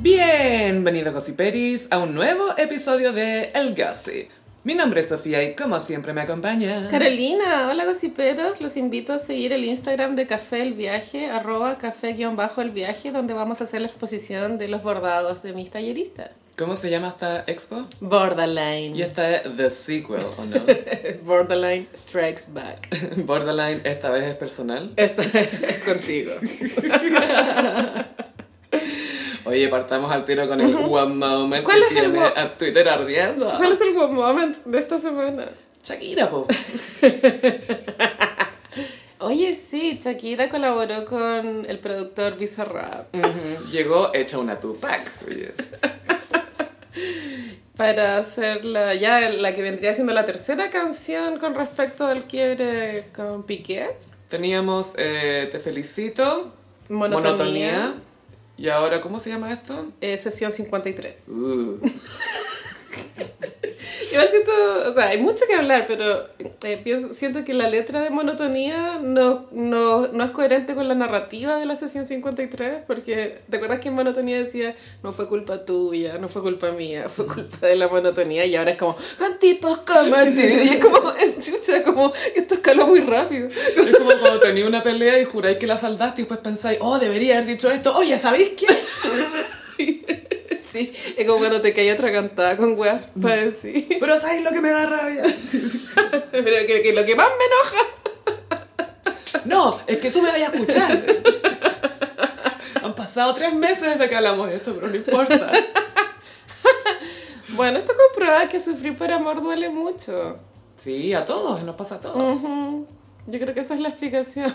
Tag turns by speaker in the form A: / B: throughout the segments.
A: Bienvenidos Gossiperis a un nuevo episodio de El Gossip. Mi nombre es Sofía y como siempre me acompaña...
B: Carolina, hola gossiperos, los invito a seguir el Instagram de Café El Viaje, arroba café-el viaje, donde vamos a hacer la exposición de los bordados de mis talleristas.
A: ¿Cómo se llama esta expo?
B: Borderline.
A: Y esta es The Sequel, ¿o no?
B: Borderline Strikes Back.
A: Borderline esta vez es personal.
B: Esto es, es contigo.
A: Oye, partamos al tiro con el one moment
B: ¿Cuál
A: que
B: es el
A: tiene
B: mo-
A: a Twitter ardiendo.
B: ¿Cuál es el buen moment de esta semana?
A: Shakira, po.
B: Oye, sí, Shakira colaboró con el productor Bizarrap
A: Ujú, Llegó hecha una Tupac. Oye.
B: para hacer la, ya la que vendría siendo la tercera canción con respecto al quiebre con Piqué.
A: Teníamos eh, Te Felicito,
B: Monotonía.
A: Y ahora, ¿cómo se llama esto?
B: Eh, sesión 53.
A: Uh,
B: Igual siento, o sea, hay mucho que hablar, pero eh, pienso, siento que la letra de monotonía no, no, no es coherente con la narrativa de la sesión 53, porque ¿te acuerdas que en monotonía decía, no fue culpa tuya, no fue culpa mía, fue culpa de la monotonía, y ahora es como, con tipos como tú", y es como, chucha, como, esto escaló muy rápido.
A: es como cuando tenéis una pelea y juráis que la saldaste y después pensáis, oh, debería haber dicho esto. Oye, ¿sabéis qué?
B: Sí, es como cuando te cae atragantada con weas para decir,
A: Pero ¿sabéis lo que me da rabia?
B: pero que, que lo que más me enoja
A: No, es que tú me vayas a escuchar. Han pasado tres meses desde que hablamos de esto, pero no importa.
B: Bueno, esto comprueba que sufrir por amor duele mucho.
A: Sí, a todos, nos pasa a todos.
B: Ujú. Yo creo que esa es la explicación.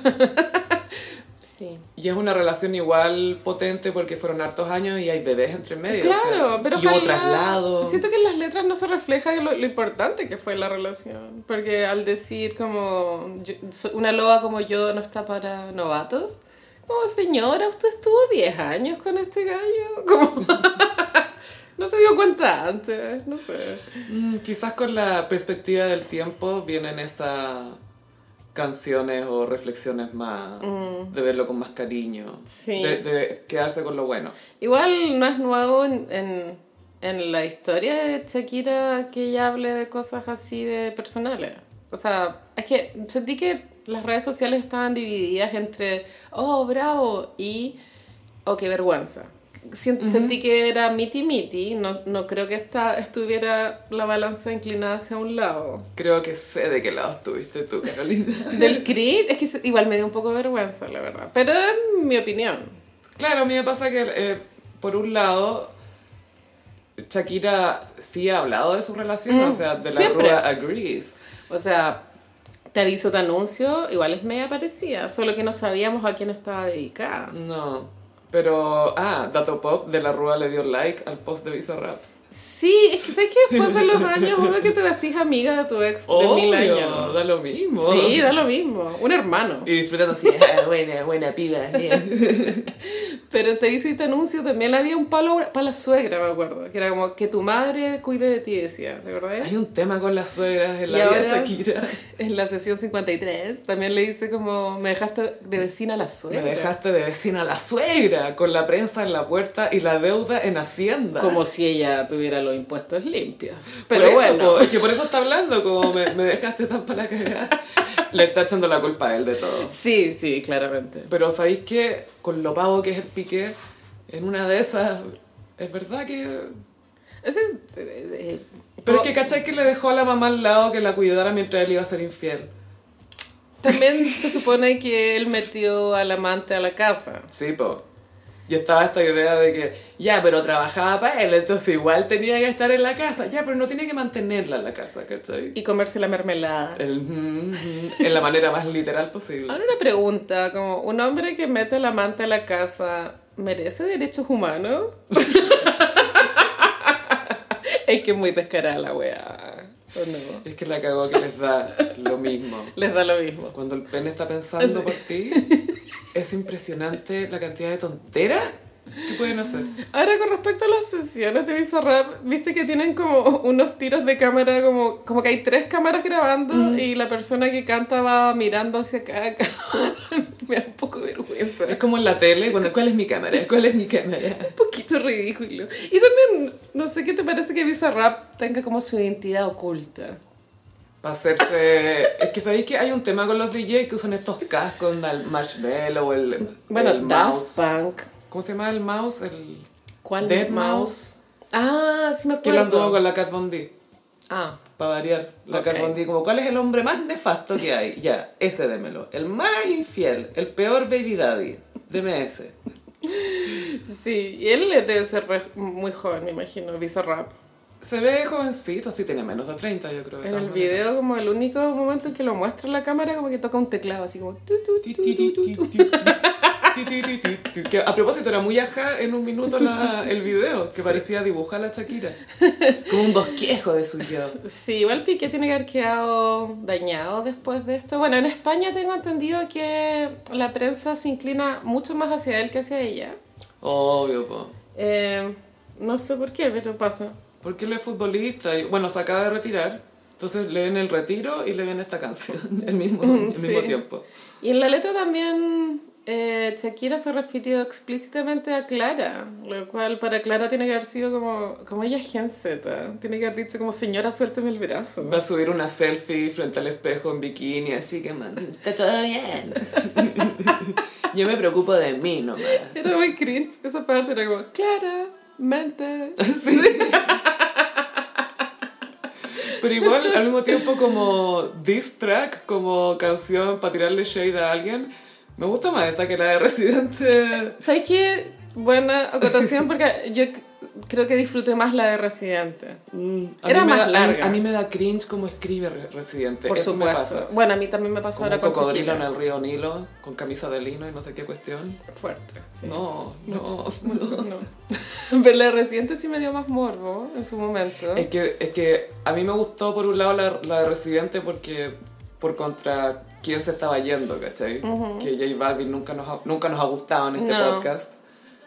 B: sí.
A: Y es una relación igual potente porque fueron hartos años y hay bebés entre medio. o sea,
B: claro, pero
A: Y hubo
B: ojalá-
A: traslado.
B: Siento que en las letras no se refleja lo, lo importante que fue la relación. Porque al decir como yo- so- una loba como yo no está para novatos, como señora, usted estuvo 10 años con este gallo. Como... no se dio cuenta antes, no sé.
A: Mm, Quizás con la perspectiva del tiempo vienen esas canciones o reflexiones más de verlo con más cariño,
B: Mm. Sí.
A: de, de quedarse con lo bueno.
B: Igual no es nuevo en, en, en la historia de Shakira que ella hable de cosas así de personales. O sea, es que sentí que las redes sociales estaban divididas entre, oh, bravo, y, oh, qué vergüenza. Sien- Sentí que era miti miti, no, no creo que esta, estuviera la balanza inclinada hacia un lado.
A: Creo que sé de qué lado estuviste tú, Carolina.
B: Del crit, es que se- igual me dio un poco de vergüenza, la verdad. Pero es mi opinión.
A: claro, a mí me pasa que, eh, por un lado, Shakira sí ha hablado de su relación, o sea, de la
B: Mm, siempre.
A: Rúa agrees.
B: O sea, te aviso, te anuncio, igual es media parecida, solo que no sabíamos a quién estaba dedicada.
A: No, pero, ah, Dato Pop de la Rúa le dio like al post de Bizarrap.
B: Sí, es que sabes que después de los años, obvio que te decís amiga de tu ex de mil
A: Obvio,
B: años.
A: da lo mismo.
B: Sí, da lo mismo, un hermano.
A: Y disfrutan así, "Ah, buena, buena piba, bien.
B: Pero te hizo y te anuncio también había un palo para la suegra, me acuerdo, que era como que tu madre cuide de ti, decía, ¿de verdad?
A: Hay un tema con las suegras en la
B: Y
A: vida de
B: ahora-
A: Shakira.
B: En la sesión 53 también le dice como, me dejaste de vecina a la suegra.
A: Me dejaste de vecina a la suegra, con la prensa en la puerta y la deuda en Hacienda.
B: Como si ella tuviera los impuestos limpios.
A: Por
B: Pero
A: eso,
B: bueno.
A: po, es que por eso está hablando, como me, me dejaste tan para la cagada. Le está echando la culpa a él de todo.
B: Sí, sí, claramente.
A: Pero ¿sabéis que Con lo pavo que es el pique, en una de esas, es verdad que...
B: Ese es... eh, eh,
A: Pero
B: o-
A: es que cachai que le dejó a la mamá al lado que la cuidara mientras él iba a ser infiel.
B: También se supone que él metió al amante a la casa.
A: Sí, po. Y estaba esta idea de que, ya, pero trabajaba para él, entonces igual tenía que estar en la casa. Ya, pero no tenía que mantenerla en la casa, ¿cachai?
B: Y comerse la mermelada.
A: El, mm, mm, en la manera más literal posible.
B: Ahora una pregunta, como un hombre que mete al amante a la casa, ¿merece derechos humanos? es que es muy descarada la weá. ¿O no?
A: Es que la cagó que les da lo mismo.
B: Les da lo mismo.
A: Cuando el pene está pensando por ti, es impresionante la cantidad de tonteras que pueden hacer.
B: Ahora con respecto a las sesiones de Bizarrap, viste que tienen como unos tiros de cámara, como, como
A: Mm.
B: que hay tres cámaras grabando y la persona que canta va mirando hacia acá. acá. me da un poco de vergüenza.
A: Es como en la tele, cuando ¿cuál es mi cámara? ¿Cuál es mi cámara?
B: Un poquito ridículo. Y también, no sé qué te parece que Bizarrap tenga como su identidad oculta.
A: Para hacerse... Es que sabéis que hay un tema con los DJ que usan estos cascos, el marshmallow, el,
B: Bueno,
A: el
B: Daft
A: mouse.
B: Punk.
A: ¿Cómo se llama el mouse? El
B: ¿Cuál?
A: Dead
B: Mouse?
A: Mouse.
B: Ah, sí me
A: Que lo anduvo
B: acuerdo.
A: con la Cat Von D.
B: Ah,
A: Para variar, la
B: Ok.
A: Kat Von D, como ¿cuál es el hombre más nefasto que hay? Ya, ese démelo. El más infiel, el peor baby daddy. Deme ese.
B: sí. Y él debe ser re- muy joven, me imagino, Bizarrap.
A: Se ve jovencito, sí, tiene menos de 30, yo creo. de
B: En
A: todas
B: el
A: maneras.
B: video, como el único momento en que lo muestra en la cámara, como que toca un teclado, así como... tu, tu, tu, tu, tu, tu.
A: Que a propósito era muy ajá en un minuto la- el video, que parecía dibujar a la Shakira. Como un bosquejo de su yo.
B: Sí, igual Piqué tiene que haber quedado dañado después de esto. Bueno, en España tengo entendido que la prensa se inclina mucho más hacia él que hacia ella.
A: Obvio, po.
B: Eh, no sé por qué, pero pasa.
A: Porque él es futbolista y bueno, se acaba de retirar. Entonces le ven el retiro y le ven esta canción al mismo, al
B: Sí.
A: mismo tiempo.
B: Y en la letra también eh, Shakira se refirió explícitamente a Clara, lo cual para Clara tiene que haber sido como, como ella es Gen Z, tiene que haber dicho como señora suélteme el brazo.
A: Va a subir una selfie frente al espejo en bikini, así que man, está todo bien. Yo me preocupo de mí nomás.
B: Era muy cringe, esa parte era como Clara, mente.
A: Pero igual, al mismo tiempo, como diss track, como canción para tirarle shade a alguien, me gusta más esta que la de Residente.
B: ¿Sabes qué? Buena acotación porque yo c- creo que disfruté más la de Residente.
A: Mm, a
B: Era
A: mí me
B: más
A: da-
B: larga.
A: A, mí me da cringe como escribe Re- Residente.
B: Por
A: Eso me
B: supuesto.
A: pasa.
B: Bueno, a mí también me pasó
A: Como un
B: ahora con
A: cocodrilo en
B: Shakira.
A: el río Nilo, con camisa de lino y no sé qué cuestión.
B: Fuerte. sí.
A: No, no, no.
B: Mucho, no. Pero la de Residente sí me dio más morbo en su momento.
A: Es que, es que a mí me gustó por un lado la, la de Residente porque por contra quién se estaba yendo, ¿cachai? Que J Balvin nunca nos ha, nunca nos ha gustado en este
B: No.
A: podcast.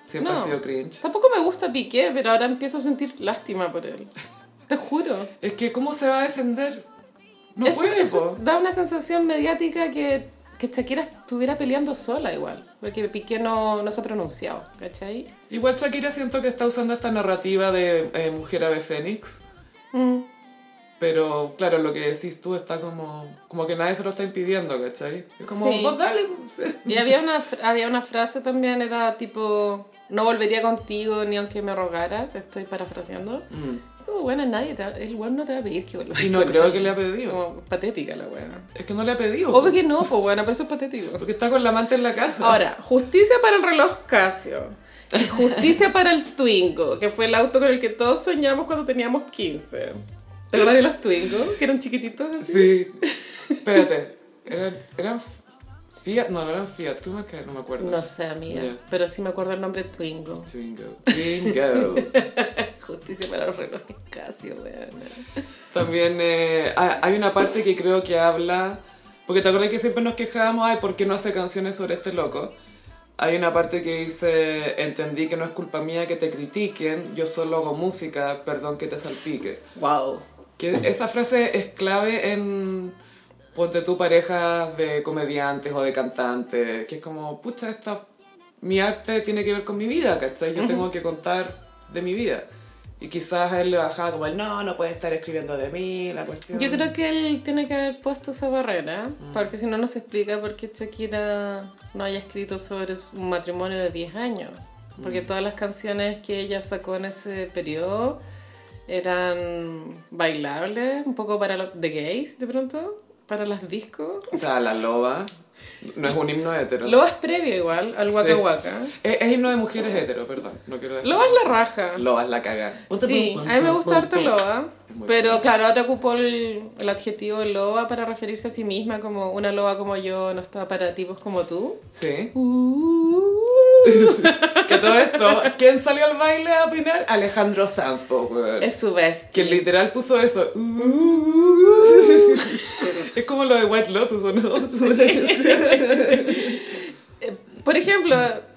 A: Siempre
B: No.
A: ha sido cringe.
B: Tampoco me gusta Piqué, pero ahora empiezo a sentir lástima por él. Te juro.
A: Es que, ¿cómo se va a defender? No
B: Eso-
A: puede, po.
B: eso da una sensación mediática que, que Shakira estuviera peleando sola igual. Porque Piqué no, no se ha pronunciado, ¿cachai?
A: Igual Shakira siento que está usando esta narrativa de eh, mujer ave fénix.
B: Mm.
A: Pero claro, lo que decís tú está como... Como que nadie se lo está impidiendo, ¿cachai? Es como,
B: Sí.
A: vos dale.
B: Y había una, fr- había una frase también, era tipo, no volvería contigo ni aunque me rogaras, estoy parafraseando.
A: Mm.
B: Es Como, bueno, nadie, te va- el weón no te va a pedir que vuelvas.
A: Y no creo que le ha pedido.
B: Como patética la weona.
A: Es que no le ha pedido. po.
B: Oh. Obvio que no, pues bueno, pero eso es patético.
A: Porque está con la amante en la casa.
B: Ahora, justicia para el reloj Casio. y Justicia para el Twingo, que fue el auto con el que todos soñamos cuando teníamos 15. ¿Te acuerdas de los Twingo? Que eran chiquititos así.
A: Sí. Espérate. Eran, eran Fiat. No, no eran Fiat. ¿Qué marca era? No me acuerdo.
B: No sé, amiga,
A: Ya.
B: pero sí me acuerdo el nombre Twingo.
A: Twingo. Twingo.
B: Justicia para los relojes Casio, weón.
A: También eh, ha- hay una parte que creo que habla. Porque te acuerdas que siempre nos quejábamos, ay, ¿por qué no hace canciones sobre este loco? Hay una parte que dice, entendí que no es culpa mía que te critiquen, yo solo hago música, perdón que te salpique.
B: Wow.
A: Que esa frase es clave en ponte tú parejas de comediantes o de cantantes, que es como, pucha, esta, mi arte tiene que ver con mi vida, ¿cachai? Yo tengo que contar de mi vida. Y quizás a él le bajaba como el, no, no puede estar escribiendo de mí, la cuestión.
B: Yo creo que él tiene que haber puesto esa barrera, porque si no, no se explica por qué Shakira no haya escrito sobre su- un matrimonio de 10 años. Porque todas las canciones que ella sacó en ese periodo eran bailables, un poco para los de gays de pronto, para las discos.
A: O sea, la loba no es un himno hetero.
B: Lo es previo igual al
A: Sí.
B: Waka Waka.
A: es, es himno de mujeres hetero, perdón, no quiero decir.
B: Loba es la raja.
A: Loba es la cagada.
B: Sí, a mí me gusta harto loba,
A: Es muy
B: pero
A: bueno.
B: claro, ahora ocupó el, el adjetivo loba para referirse a sí misma como una loba como yo no está para tipos como tú.
A: Sí. Uh. que todo esto, ¿quién salió al baile a opinar? Alejandro Sanz, po, weón.
B: Es su bestia.
A: Que literal puso eso. es como lo de White Lotus, ¿o no?
B: Por ejemplo,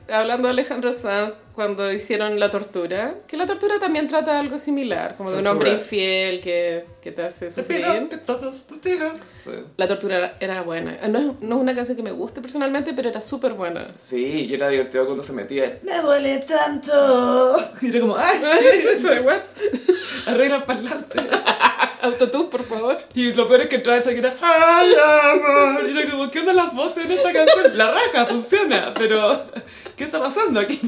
B: hablando de Alejandro Sanz cuando hicieron La Tortura, que La Tortura también trata algo similar, como de un hombre
A: Tortura.
B: infiel que, que te hace
A: Prefiero
B: sufrir.
A: que todos los digas. Sí.
B: La Tortura era- era buena. Ah, No es, no es una canción que me guste personalmente, pero era súper buena.
A: Sí, yo era divertido cuando se metía. ¡Me duele tanto! Y era como, ¡ay!
B: What?
A: Arregla el parlante.
B: Autotune, por favor.
A: Y lo peor es que entraba esta que era, ¡ay, amor! Y era como, ¿qué onda las voces en esta canción? La raja funciona, pero ¿qué está pasando aquí?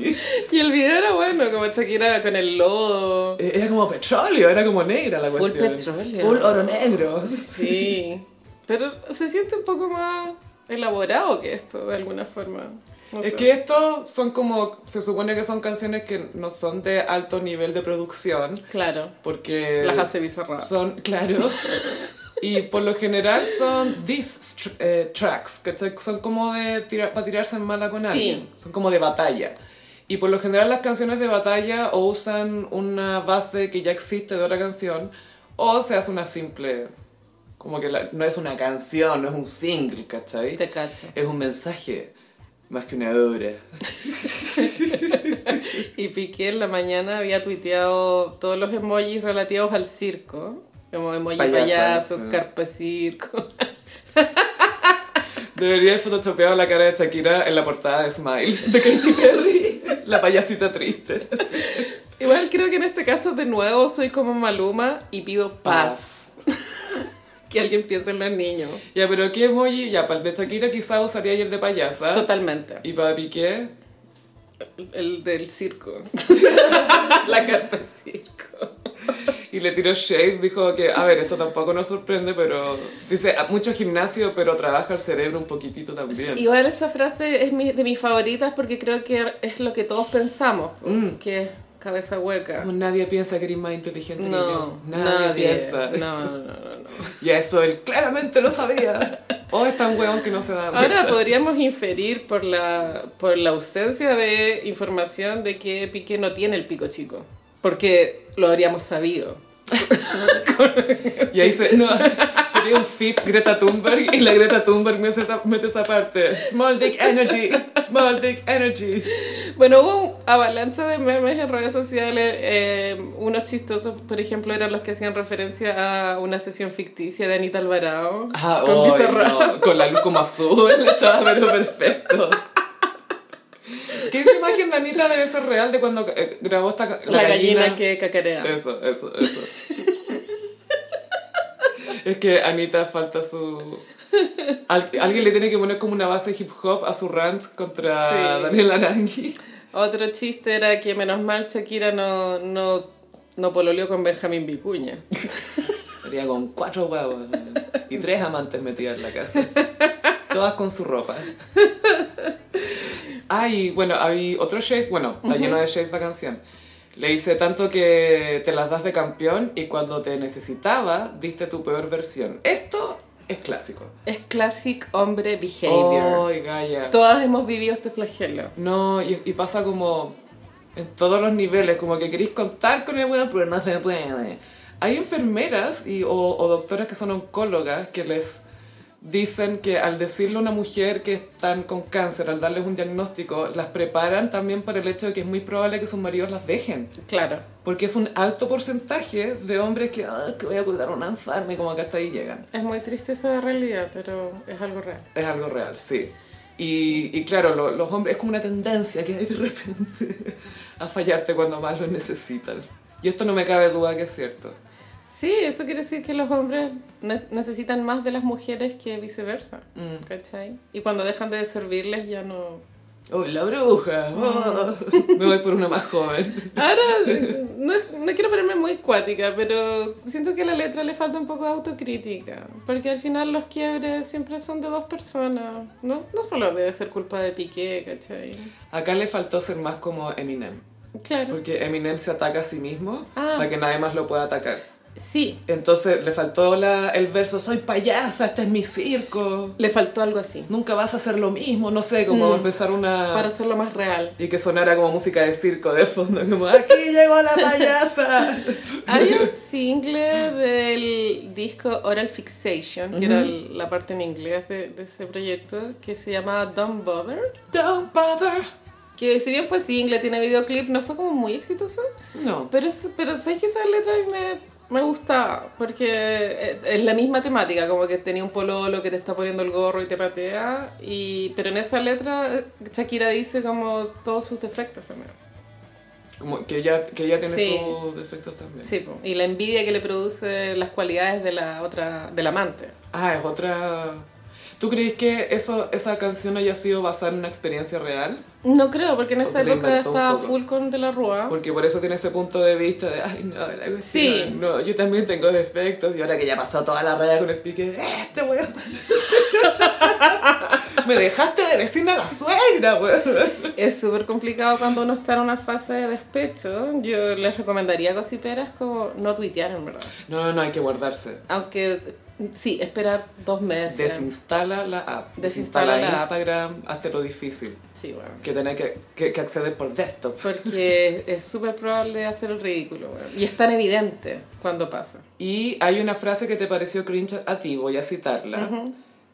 B: Y el video era bueno, como Shakira con el lodo.
A: Eh, Era como petróleo, era como negra la
B: Full
A: cuestión.
B: petróleo.
A: Full oro negro.
B: Sí. Pero se siente un poco más elaborado que esto, de alguna forma. No
A: Es
B: sé.
A: que estos son como, se supone que son canciones que no son de alto nivel de producción,
B: Claro.
A: porque...
B: Las hace bizarras.
A: Son, claro. Y por lo general son diss tr- eh, tracks, que son como de tirar, para tirarse en mala con
B: Sí.
A: alguien. Son como de batalla. Y por lo general las canciones de batalla o usan una base que ya existe de otra canción o se hace una simple... Como que la- no es una canción, no es un single, ¿cachai?
B: Te cacho.
A: Es un mensaje más que una obra.
B: Y Piqué en la mañana había tuiteado todos los emojis relativos al circo. Como emoji
A: Payaso,
B: payaso,
A: sí.
B: carpa circo.
A: Debería haber fototropeado la cara de Shakira en la portada de Smile de Katy Perry. La payasita triste.
B: Igual creo que en este caso de nuevo soy como Maluma y pido paz. que alguien piense en los niños.
A: Ya, pero ¿qué emoji? Ya, para el de Shakira quizá usaría el de
B: ¿Ah?
A: payasa.
B: Totalmente.
A: Y para Piqué,
B: El, el del circo. la carpa circo.
A: y le tiró Shades, dijo que, a ver, esto tampoco nos sorprende, pero... Dice, "A- mucho gimnasio, pero trabaja el cerebro un poquitito también.
B: Pues Igual esa frase es mi- de mis favoritas porque creo que es lo que todos pensamos. Que es cabeza hueca.
A: Como Nadie piensa que eres más inteligente que yo.
B: No,
A: Nadie,
B: nadie.
A: piensa.
B: No, no, no, no.
A: Y a eso él claramente lo sabía. O es tan weón que no se da cuenta.
B: Ahora podríamos inferir por la, por la ausencia de información de que Piqué no tiene el pico chico, porque lo habríamos sabido.
A: Y ahí se, no, sería un fit Greta Thunberg y la Greta Thunberg mete esa, mete esa parte. Small dick energy, small dick energy.
B: Bueno, hubo un avalancha de memes en redes sociales, eh, unos chistosos, por ejemplo, eran los que hacían referencia a una sesión ficticia de Anita Alvarado
A: Ah,
B: con
A: ay,
B: Bizarrap.
A: no, con la luz como azul, estaba pero perfecto. Que esa imagen de Anita debe ser real de cuando eh, grabó esta ca-
B: La, gallina, que cacarea.
A: Eso, eso, eso. es que Anita falta su... al- alguien le tiene que poner como una base hip hop a su rant contra
B: Sí.
A: Daniel Arangui.
B: Otro chiste era que menos mal Shakira no, no, no pololeó con Benjamín Vicuña.
A: Estaría con cuatro huevos y tres amantes metidas en la casa. Todas con su ropa. Ay, bueno, hay otro shake. Bueno, está lleno de shakes la canción. Le hice tanto que te las das de campeón y cuando te necesitaba diste tu peor versión. Esto es clásico.
B: Es classic hombre behavior.
A: Ay, Gaia.
B: Todas hemos vivido este flagelo.
A: No, y, y pasa como en todos los niveles, como que queréis contar con el weón, pero no se puede. Hay enfermeras y, o, o doctoras que son oncólogas que les dicen que al decirle a una mujer que están con cáncer, al darles un diagnóstico, las preparan también para el hecho de que es muy probable que sus maridos las dejen.
B: Claro.
A: Porque es un alto porcentaje de hombres que, "Ah, que voy a cuidar un alzarme, y como que hasta ahí llegan.
B: Es muy triste esa realidad, pero es algo real.
A: Es algo real, sí. Y, y claro, lo- los hombres es como una tendencia que hay de repente a fallarte cuando más lo necesitan. Y esto no me cabe duda que es cierto.
B: Sí, eso quiere decir que los hombres ne- necesitan más de las mujeres que viceversa. ¿Cachai? Y cuando dejan de servirles ya no...
A: ¡Oh, la bruja! oh. Me voy por una más joven.
B: Ahora, Ah, no, es- no quiero ponerme muy cuática, pero siento que a la letra le falta un poco de autocrítica. Porque al final los quiebres siempre son de dos personas. No, no solo debe ser culpa de Piqué, ¿cachai?
A: Acá le faltó ser más como Eminem.
B: Claro.
A: Porque Eminem se ataca a sí mismo
B: Ah.
A: para que nadie más lo pueda atacar.
B: Sí,
A: Entonces le faltó la- el verso, soy payasa, este es mi circo.
B: le faltó algo así.
A: Nunca vas a hacer lo mismo, no sé, como empezar una...
B: Para hacerlo más real.
A: Y que sonara como música de circo de fondo, como ¡Aquí llegó la payasa!
B: Hay un single del disco Oral Fixation, que era el- la parte en inglés de, de ese proyecto, que se llama Don't Bother.
A: Don't bother,
B: que si bien fue single, tiene videoclip, no fue como muy exitoso.
A: No.
B: Pero, es- pero sabes que esa letra a mí me, me gusta, porque es- es la misma temática, como que tenía un pololo que te está poniendo el gorro y te patea, y, pero en esa letra eh, Shakira dice como todos sus defectos también.
A: Como que ella, que ella tiene
B: Sí.
A: sus defectos también.
B: Sí, po, y la envidia que le produce las cualidades de la otra, del amante.
A: Ah, es otra... ¿Tú crees que eso, esa canción haya sido basada en una experiencia real?
B: No creo, porque en esa
A: Porque le
B: época
A: inventó un
B: estaba
A: poco.
B: full con De la Rúa.
A: Porque por eso tiene ese punto de vista de, ay, no, la cuestión,
B: Sí.
A: no, yo también tengo defectos. Y ahora que ya pasó toda la raya con el pique, "Eh, este weón. Me dejaste de vecina a la suegra, weón.
B: Es súper complicado cuando uno está en una fase de despecho. Yo les recomendaría a gossiperas como no tuitear, en verdad.
A: No, no, no, hay que guardarse.
B: Aunque, sí, esperar dos meses.
A: Desinstala la app. Desinstala,
B: Desinstala la app.
A: Instagram, hazte lo difícil.
B: Sí, bueno.
A: Que tenés que, que, que acceder por desktop.
B: Porque es súper probable hacer el ridículo, bueno. Y es tan evidente cuando pasa.
A: Y hay una frase que te pareció cringe a ti, voy a citarla.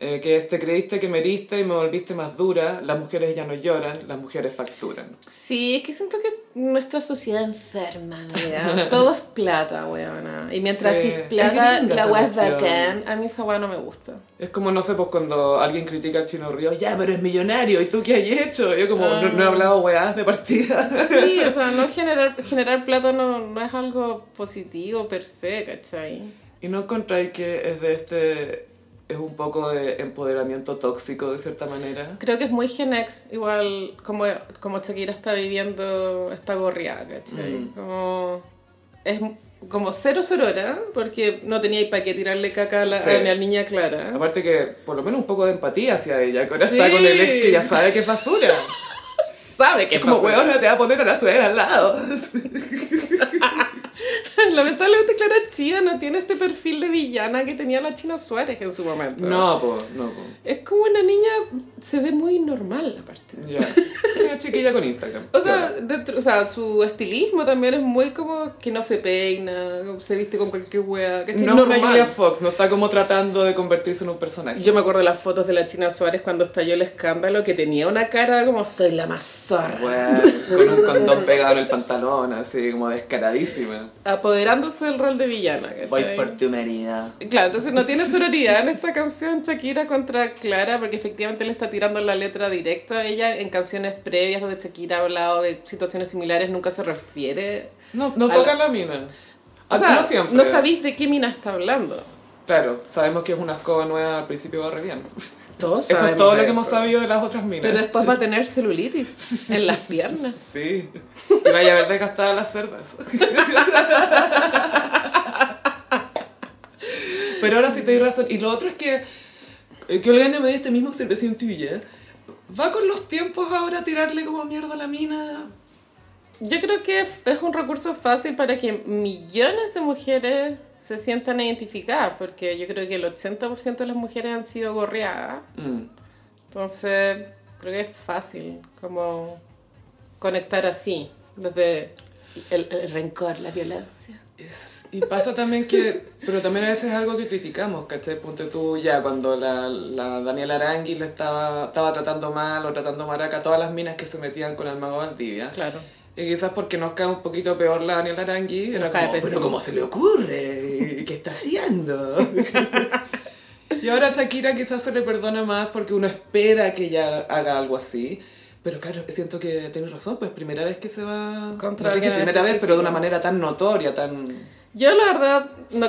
A: eh, que es, te creíste que me heriste y me volviste más dura, las mujeres ya no lloran, las mujeres facturan.
B: Sí, es que siento que nuestra sociedad enferma, weón. Todo es plata, weón. Y mientras
A: Sí.
B: es plata,
A: Es gringa
B: la
A: esa
B: weá es
A: cuestión.
B: bacán. A mí esa weá no me gusta.
A: Es como, no sé, pues cuando alguien critica al Chino Ríos, ya, pero es millonario, ¿y tú qué has hecho? Yo como, no, no he hablado weás de partida.
B: Sí, o sea, no generar, generar plata no, no es algo positivo per se, ¿cachai?
A: ¿Y no encontráis que es de este, es un poco de empoderamiento tóxico de cierta manera?
B: Creo que es muy Gen X, igual como, como Shakira está viviendo esta gorriada, ¿cachai?
A: Mm.
B: Como, es como cero sorora, porque no tenía para qué tirarle caca a la,
A: Sí.
B: a la niña Clara.
A: Aparte que, por lo menos un poco de empatía hacia ella, que ahora
B: Sí.
A: está con el ex que ya sabe que es basura.
B: Sabe que
A: Es como, weona, te va a poner a la suegra al lado.
B: Lamentablemente Clara Chía no tiene este perfil de villana que tenía la China Suárez en su momento.
A: No, pues, no, pues.
B: Es como una niña, se ve muy normal aparte.
A: Ya. Una chiquilla con Instagram.
B: O sea, dentro- o sea, su estilismo también es muy como que no se peina, se viste con cualquier wea, ¿cachai?
A: no es una
B: Normal.
A: Julia Fox, no está como tratando de convertirse en un personaje.
B: Yo me acuerdo de las fotos de la China Suárez cuando estalló el escándalo, que tenía una cara como soy la más zorra.
A: Bueno, con un condón pegado en el pantalón, así como descaradísima.
B: Apoderándose del rol de villana, ¿cachai?
A: Voy por tu humanidad.
B: Claro, entonces no tiene sororidad en esta canción Shakira contra Clara, porque efectivamente le está tirando la letra directa a ella. En canciones previas donde Shakira ha hablado de situaciones similares, nunca se refiere.
A: No, no
B: A
A: toca la mina.
B: O sea,
A: no Ah, siempre.
B: no sabéis de qué mina está hablando.
A: Claro, sabemos que es una escoba nueva, al principio va re bien.
B: Todos
A: Eso es
B: sabemos
A: todo lo que
B: eso.
A: hemos sabido de las otras minas.
B: Pero después va a tener celulitis en las piernas.
A: Sí. Y vaya a haber desgastado las cerdas. Pero ahora sí te doy razón. Y lo otro es que eh, que Olga me dé este mismo observación tuya. ¿eh? Va con los tiempos ahora a tirarle como mierda a la mina.
B: Yo creo que es es un recurso fácil para que millones de mujeres se sientan identificadas, porque yo creo que el 80% de las mujeres han sido gorreadas.
A: Mm.
B: Entonces, creo que es fácil como conectar así, desde el, el rencor, la violencia.
A: Es- Y pasa también que, pero también a veces es algo que criticamos, ¿cachai? Ponte tú ya, cuando la, la Daniela Arangui la estaba, estaba tratando mal o tratando maraca a todas las minas que se metían con Almago Valdivia.
B: Claro.
A: Y quizás porque nos cae un poquito peor la Daniela Arangui, era
B: Nos cae
A: como,
B: pésimo.
A: pero ¿cómo se le ocurre? ¿Qué está haciendo? y ahora a Shakira quizás se le perdona más porque uno espera que ella haga algo así. Pero claro, siento que tienes razón, pues primera vez que se va...
B: Contra
A: no sé si
B: alguien en
A: primera vez, pero de una
B: específico.
A: manera tan notoria, tan...
B: Yo la verdad no,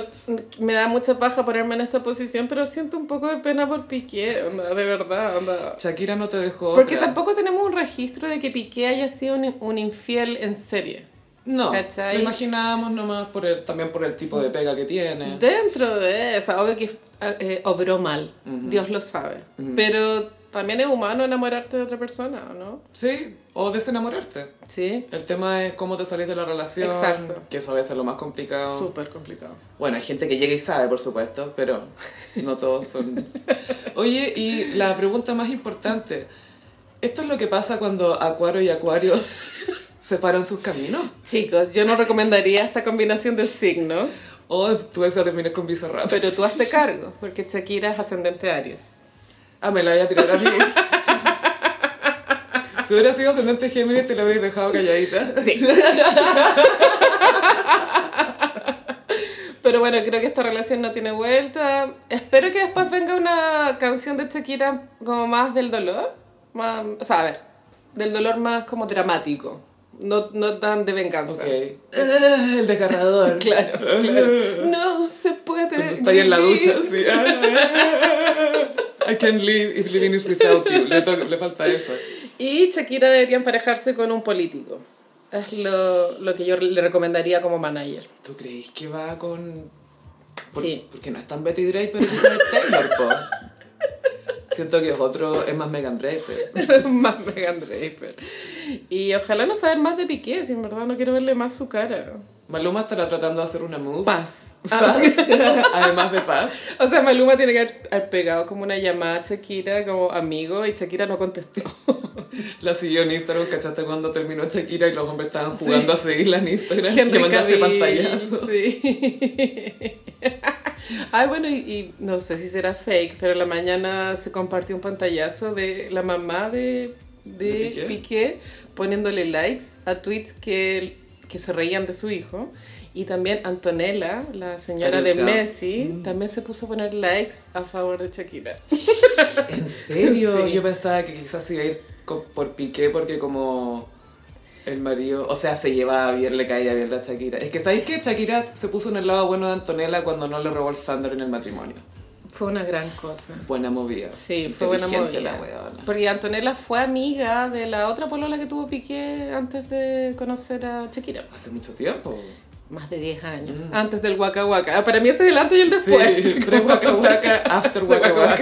B: me da mucha paja ponerme en esta posición, pero siento un poco de pena por Piqué, onda, de verdad. Onda.
A: Shakira no te dejó.
B: Porque
A: otra.
B: tampoco tenemos un registro de que Piqué haya sido un, un infiel en serie.
A: No,
B: ¿Cachai?
A: lo imaginábamos nomás por el, también por el tipo de pega que tiene.
B: Dentro de esa, obvio que eh, obró mal, Dios lo sabe. Pero también es humano enamorarte de otra persona, ¿o ¿no?
A: Sí, o desenamorarte.
B: Sí,
A: El tema es cómo te salís de la relación.
B: Exacto.
A: Que eso a veces es lo más complicado.
B: súper complicado.
A: Bueno, hay gente que llega y sabe, por supuesto, pero no todos son... Oye, y la pregunta más importante. ¿Esto es lo que pasa cuando Acuario y Acuario separan sus caminos?
B: Chicos, yo no recomendaría esta combinación de signos,
A: ¿O tú ves que terminas con Bizarrap?
B: pero tú hazte cargo, porque Shakira es ascendente Aries.
A: Ah, me la voy a tirar a mí. Si hubiera sido ascendente Géminis, te lo habrías dejado calladita.
B: Sí. Pero bueno, creo que esta relación no tiene vuelta. Espero que después venga una canción de Shakira como más del dolor. Más, o sea, a ver, del dolor más como dramático. No, no tan de venganza.
A: Ok. El desgarrador.
B: Claro, claro. No se puede.
A: Está ahí en la
B: vivir.
A: ducha, así. "Ah, I can live if living is without you. Le, to- le falta eso.
B: Y Shakira debería emparejarse con un político. Es lo, lo que yo le recomendaría como manager.
A: ¿Tú crees que va con.? Por-
B: Sí.
A: Porque no es tan Betty Draper es Elizabeth Taylor, po. Siento que es otro, es más Megan Draper.
B: más Megan Draper. Y ojalá no saber más de Piqué, si en verdad no quiero verle más su cara.
A: Maluma estará tratando de hacer una move.
B: Paz.
A: Paz. Además de paz.
B: O sea, Maluma tiene que haber- haber pegado como una llamada a Shakira como amigo y Shakira no contestó.
A: La siguió en Instagram, ¿cachaste cuando terminó Shakira y los hombres estaban jugando a seguirla en Instagram?
B: Henry
A: Le mandaste
B: Cavill,
A: pantallazo.
B: Sí. Ay, bueno, y, y no sé si será fake, pero en la mañana se compartió un pantallazo de la mamá de, de,
A: ¿De
B: Piqué?
A: Piqué?
B: poniéndole likes a tweets que, que se reían de su hijo. Y también Antonella, la señora de
A: Alicia.
B: Messi, también se puso a poner likes a favor de Shakira.
A: ¿En serio?
B: Sí.
A: Yo pensaba que quizás iba a ir co- por Piqué porque como el marido, o sea, se llevaba bien, le caía bien la Shakira. Es que sabéis que Shakira se puso en el lado bueno de Antonella cuando no le robó el Thunder en el matrimonio.
B: Fue una gran cosa.
A: Buena movida.
B: Sí, fue buena
A: Inteligente
B: movida.
A: la weona.
B: Porque Antonella fue amiga de la otra polola que tuvo Piqué antes de conocer a Shakira.
A: Hace mucho tiempo.
B: Más de 10 años. Antes del Waka Waka. Ah, Para mí ese es el antes y el
A: Mm. Sí,
B: después.
A: pre Waka Waka, after Waka Waka.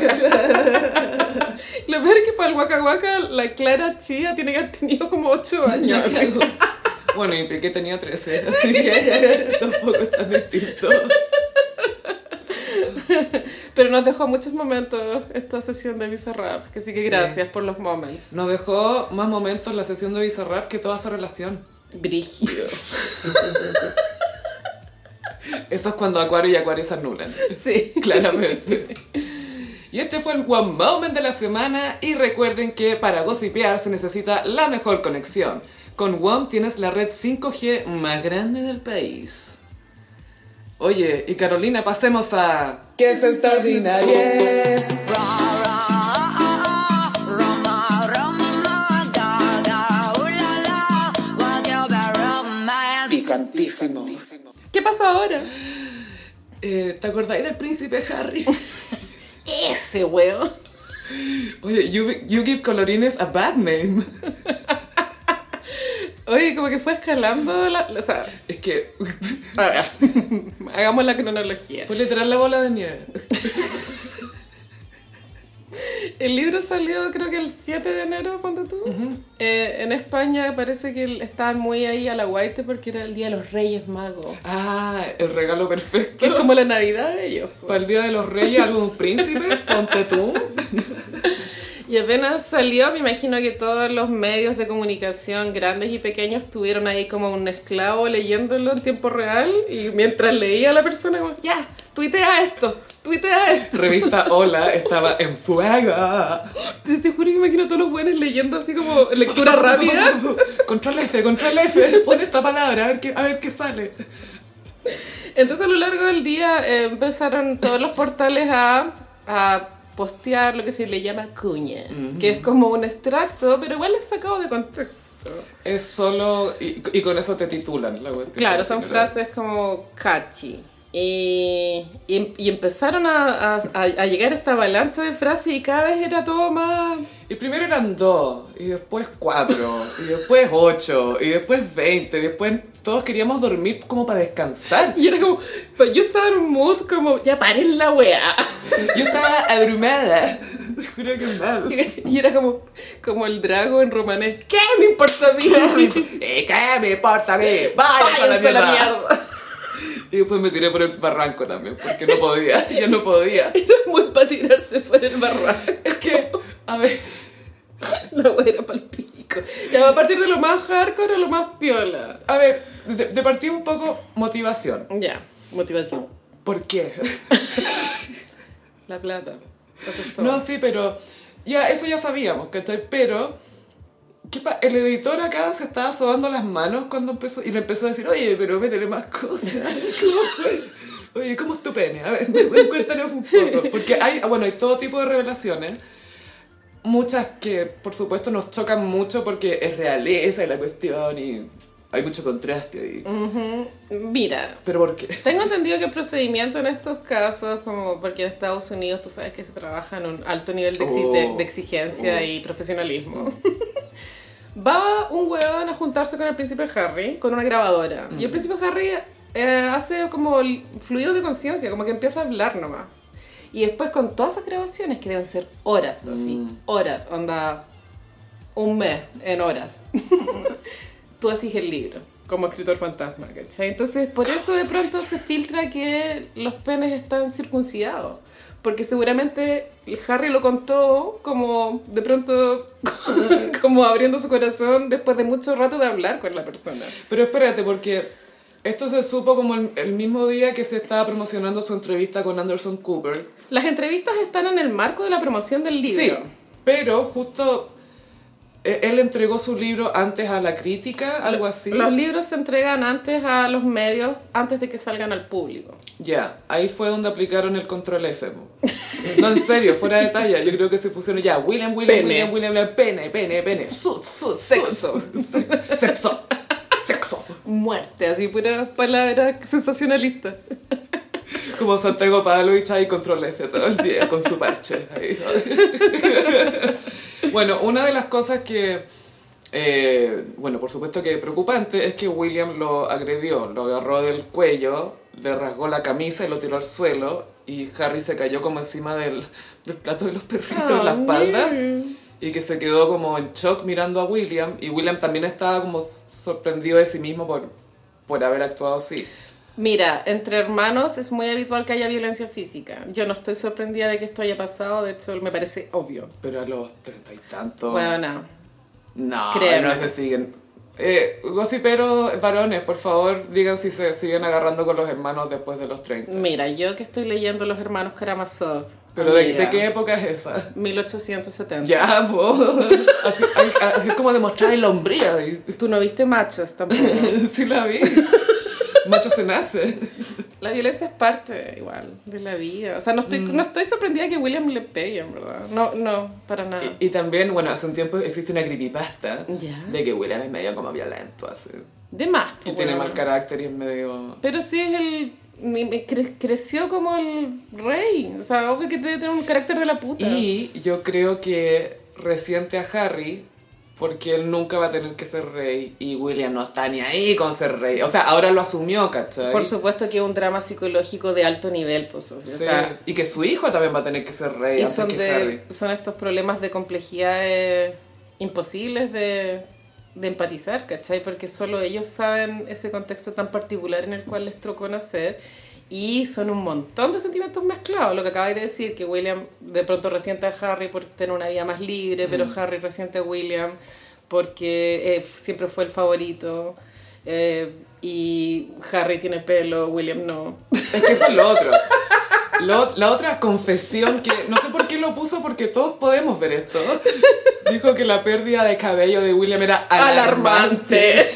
B: Lo peor es que para el Waka Waka la Clara Chía tiene que haber tenido como 8 años.
A: Bueno, y Piqué tenía 13, así que tampoco es tan distinto.
B: Pero nos dejó muchos momentos esta sesión de Bizarrap. Que sí que
A: Sí.
B: gracias por los moments.
A: Nos dejó más momentos la sesión de Bizarrap que toda su relación.
B: Brígido.
A: Eso es cuando Acuario y Acuario se anulan.
B: Sí.
A: Claramente. Y este fue el One Moment de la semana y recuerden que para gossipear se necesita la mejor conexión. Con WOM tienes la red 5G más grande del país. Oye, y Carolina, pasemos a... ¿Qué es extraordinaria? Picantísimo.
B: ¿Qué pasó ahora?
A: Eh, ¿Te acordáis del príncipe Harry?
B: Ese huevo.
A: Oye, you, you give colorines a bad name.
B: Oye, como que fue escalando la... O sea,
A: Es que
B: A ver, hagamos la cronología.
A: fue literal la bola de nieve.
B: El libro salió creo que el 7 de enero, ponte tú. Eh, en España parece que el- estaban muy ahí a la guaite porque era el Día de los Reyes Magos.
A: Ah, el regalo perfecto.
B: Que es como la Navidad de ellos. pues. po.
A: Para el Día de los Reyes, algún príncipe, ponte tú.
B: Y apenas salió, me imagino que todos los medios de comunicación, grandes y pequeños, tuvieron ahí como un esclavo leyéndolo en tiempo real y mientras leía a la persona como, ya, tuitea esto, tuitea esto.
A: Revista Hola estaba en fuego.
B: Te, te juro que imagino a todos los buenos leyendo así como lectura rápida.
A: Control F, control F, pon esta palabra, a ver qué, a ver qué sale.
B: Entonces a lo largo del día eh, empezaron todos los portales a, a postear lo que se le llama cuña, que es como un extracto, pero igual es sacado de contexto.
A: Es solo. Y, y con eso te titulan la cuestión.
B: Claro, son
A: Pero-
B: frases como catchy. Y, y- y empezaron a, a, a- a llegar esta avalancha de frases y cada vez era todo más...
A: Y primero eran dos, y después cuatro, y después ocho, y después veinte, y después todos queríamos dormir como para descansar.
B: Y era como, pues yo estaba en un mood como, ya paren la weá.
A: Yo estaba abrumada. Te juro que mal.
B: Y era como, como el drago en romanés, ¿qué me importa a mí?
A: ¿Y qué me importa a mí? ¡Váyanse a la
B: Váyanse a la
A: mierda!
B: mierda.
A: Y después me tiré por el barranco también, porque no podía, yo no podía.
B: Era muy para tirarse por el barranco.
A: Es que, a ver,
B: La wea era pa'l pico. Ya va a partir de lo más hardcore a lo más piola.
A: a ver, de, de partida un poco motivación.
B: Ya, motivación.
A: ¿Por qué?
B: La plata. Eso es todo.
A: No, sí, pero ya, eso ya sabíamos, ¿cachai? Pero ¿Qué pa- el editor acá se estaba sobando las manos cuando empezó y le empezó a decir, oye, pero métele más cosas. ¿Cómo fue? Oye, ¿cómo es tu pene? A ver, cuéntanos un poco. Porque hay, ah, bueno, hay todo tipo de revelaciones. Muchas que, por supuesto, nos chocan mucho porque es realeza y la cuestión y hay mucho contraste ahí.
B: Mira,
A: Pero ¿por qué?
B: Tengo entendido que el procedimiento en estos casos, como porque en Estados Unidos tú sabes que se trabaja en un alto nivel de, exi-
A: Oh.
B: de- de exigencia
A: Oh.
B: y profesionalismo. Va un huevón a juntarse con el príncipe Harry, con una grabadora. Y el príncipe Harry eh, hace como el fluido de conciencia, como que empieza a hablar nomás. Y después con todas esas grabaciones, que deben ser horas, Sofi,
A: Mm.
B: horas, onda un mes en horas tú haces el libro como escritor fantasma, ¿cachai? Entonces, por eso de pronto se filtra que los penes están circuncidados. Porque seguramente el Harry lo contó como de pronto, como abriendo su corazón después de mucho rato de hablar con la persona.
A: Pero espérate, porque esto se supo como el, el mismo día que se estaba promocionando su entrevista con Anderson Cooper.
B: Las entrevistas están en el marco de la promoción del libro.
A: pero justo eh, él entregó su libro antes a la crítica, algo así.
B: Los libros se entregan antes a los medios, antes de que salgan al público.
A: Ya, ahí fue donde aplicaron el control F. mo. No, en serio, fuera de talla. Yo creo que se pusieron ya, William, William,
B: Pene.
A: William, William, William, pene, pene, pene, sud, sud, sexo, se- sexo, sexo.
B: Muerte, así puras palabras sensacionalistas.
A: Como Santiago Pavlovich ahí control F todo el día con su parche. ahí. bueno, una de las cosas que, eh, bueno, por supuesto que preocupante es que William lo agredió, lo agarró del cuello, le rasgó la camisa y lo tiró al suelo y Harry se cayó como encima del, del plato de los perritos en la
B: Ah,
A: espalda
B: mira.
A: y que se quedó como en shock mirando a William y William también estaba como sorprendido de sí mismo por, por haber actuado así.
B: Mira, entre hermanos es muy habitual que haya violencia física. Yo no estoy sorprendida de que esto haya pasado, de hecho me parece obvio.
A: Pero a los treinta y tantos...
B: Bueno, no.
A: No,
B: Créeme.
A: no se siguen. Eh, gossiperos varones, por favor, digan si se siguen agarrando con los hermanos después de los 30.
B: Mira, yo que estoy leyendo Los Hermanos Karamazov.
A: Pero ¿de,
B: amiga,
A: de qué época es esa?
B: 1870.
A: Ya, vos. Así, ay, así es como demostrar el hombría.
B: Tú no viste machos tampoco.
A: Sí la vi. Macho se nace.
B: La violencia es parte igual de la vida. O sea, no estoy, no estoy sorprendida que William le pegue, en verdad. No, no, para nada.
A: Y, y también, bueno, hace un tiempo existe una creepypasta
B: Ya.
A: de que William es medio como violento, así.
B: De más.
A: Que
B: pues,
A: tiene
B: bueno.
A: mal carácter y es medio...
B: Pero sí es el... me- me cre- creció como el rey. O sea, obvio que debe tener un carácter de la puta.
A: Y yo creo que resiente a Harry porque él nunca va a tener que ser rey y William no está ni ahí con ser rey. O sea, ahora lo asumió, ¿cachai?
B: Por supuesto que es un drama psicológico de alto nivel, pues, Sofía,
A: Sí.
B: o sea,
A: y que su hijo también va a tener que ser rey
B: y
A: antes
B: son,
A: que Harry.
B: de, son estos problemas de complejidades imposibles de, de empatizar, ¿cachai? Porque solo ellos saben ese contexto tan particular en el cual les tocó nacer y son un montón de sentimientos mezclados. Lo que acabáis de decir, que William de pronto resiente a Harry por tener una vida más libre, pero
A: Mm.
B: Harry resiente a William porque eh, f- siempre fue el favorito. eh, y Harry tiene pelo, William no.
A: Es que eso es lo otro. Lo- la otra confesión que no sé por qué lo puso porque todos podemos ver esto. Dijo que la pérdida de cabello de William era alarmante.
B: alarmante.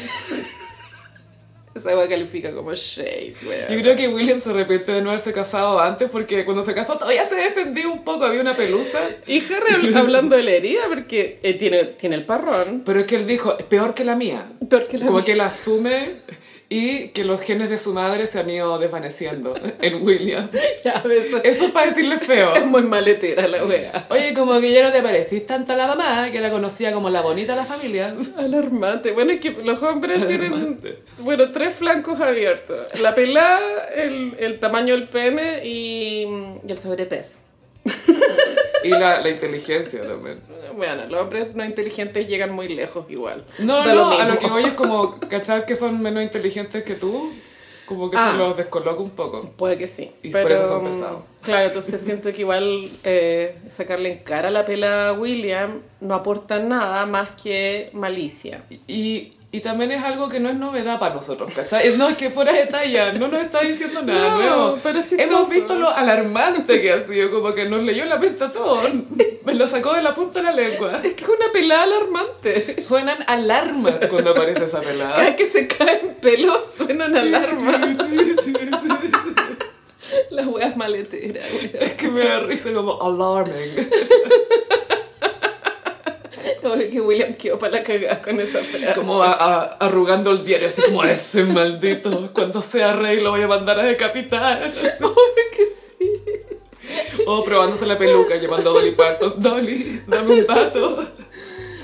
B: Esa wea califica como shade,
A: Yo
B: weón.
A: creo que William se arrepiente de no haberse casado antes porque cuando se casó todavía se defendió un poco, había una pelusa.
B: Y Harry habl- hablando de la herida porque eh, tiene, tiene el parrón.
A: Pero es que él dijo, es peor que la mía.
B: Porque la
A: Como que él asume y que los genes de su madre se han ido desvaneciendo en William.
B: ya, eso es,
A: Eso es para decirle feo.
B: muy maletera la wea.
A: Oye, como que ya no te parecís tanto a la mamá, que la conocía como la bonita de la familia.
B: Alarmante. Bueno, es que los hombres tienen bueno, tres flancos abiertos. La pelada, el, el tamaño del pene y, y el sobrepeso.
A: Y la, la inteligencia también.
B: Bueno, los hombres no inteligentes llegan muy lejos igual.
A: No,
B: Da
A: no, a lo
B: mismo.
A: que voy es como, ¿cachar que son menos inteligentes que tú? Como que
B: Ah.
A: se los descoloca un poco.
B: Puede que sí. mm,
A: Y por eso son pesados.
B: Claro, entonces siento que igual eh, sacarle en cara la pela a William no aporta nada más que malicia.
A: Y, Y también es algo que no es novedad para nosotros, ¿cachai? No, es que fuera de talla, no nos está diciendo nada
B: No,
A: nuevo.
B: pero es chistoso.
A: Hemos visto lo alarmante que ha sido, como que nos leyó la pesta todo, me lo sacó de la punta de la lengua.
B: Es que es una pelada alarmante.
A: Suenan alarmas cuando aparece esa pelada.
B: Cada que se caen pelos suenan alarma. Las weas maleteras,
A: Es que me da risa como alarming.
B: Oye, que William quedó para la cagada con esa frase.
A: Como a- a- arrugando el diario, así como ese maldito. Cuando sea rey lo voy a mandar a decapitar.
B: Obvio que sí.
A: O probándose la peluca, llamando a Dolly Parton. Dolly, dame un dato.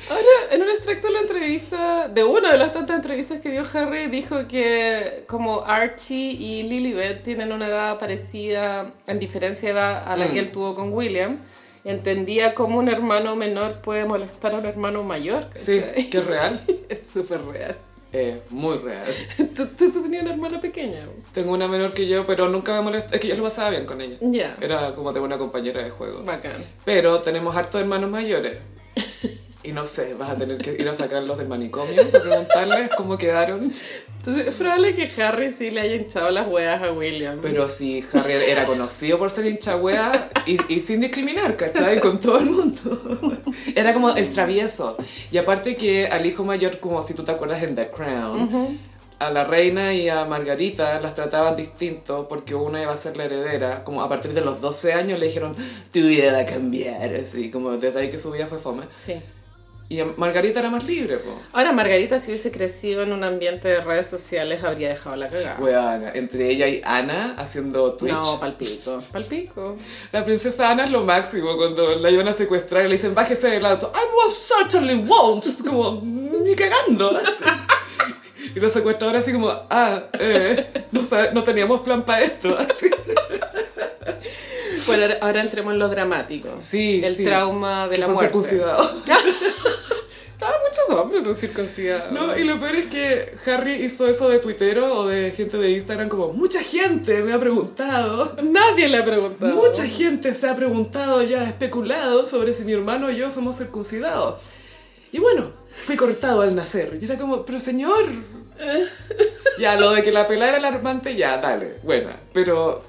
B: Ahora, en un extracto de la entrevista, de una de las tantas entrevistas que dio Harry, dijo que como Archie y Lilibet tienen una edad parecida, en diferencia de edad a la que
A: Mm.
B: él tuvo con William, entendía cómo un hermano menor puede molestar a un hermano mayor.
A: Sí,
B: ¿cachai?
A: que es real.
B: Es súper real.
A: Eh, muy real.
B: ¿Tú, tú, tú tenías una hermana pequeña.
A: Tengo una menor que yo, pero nunca me molesta. Es que yo lo pasaba bien con ella.
B: Ya.
A: Era como tengo una compañera de juego.
B: Bacán.
A: Pero tenemos hartos hermanos mayores. Y no sé, vas a tener que ir a sacarlos del manicomio para preguntarles cómo quedaron.
B: Entonces, es probable que Harry sí le haya hinchado las hueas a William.
A: Pero si Harry era conocido por ser hincha wea y, y sin discriminar, ¿cachai? Con todo el mundo. Era como el travieso. Y aparte que al hijo mayor, como si tú te acuerdas en The Crown, a la reina y a Margarita las trataban distinto porque una iba a ser la heredera. Como a partir de los 12 años le dijeron, tu vida va a cambiar. Así como desde ahí que su vida fue fome.
B: Sí.
A: Y a Margarita era más libre, po.
B: Ahora, Margarita, si hubiese crecido en un ambiente de redes sociales, habría dejado la cagada.
A: Weana, entre ella y Ana haciendo Twitch.
B: No, palpico. Palpico.
A: La princesa Ana es lo máximo cuando la llevan a secuestrar y le dicen, este bájese del auto. I most certainly won't. Como, ni cagando. Y los secuestradores así como, ah, eh, no, sab- no teníamos plan para esto. Así.
B: Bueno, ahora- ahora entremos en lo dramático.
A: Sí,
B: El
A: sí.
B: trauma de
A: Que
B: la
A: son
B: muerte.
A: circuncidados.
B: Ah, muchos hombres son circuncidados.
A: No, y lo peor es que Harry hizo eso de tuitero o de gente de Instagram como, mucha gente me ha preguntado.
B: Nadie le ha preguntado.
A: Mucha gente se ha preguntado ya, especulado sobre si mi hermano y yo somos circuncidados. Y bueno, fui cortado al nacer. Y era como, pero señor. ya, lo de que la pelada era alarmante, ya, dale, buena. Pero,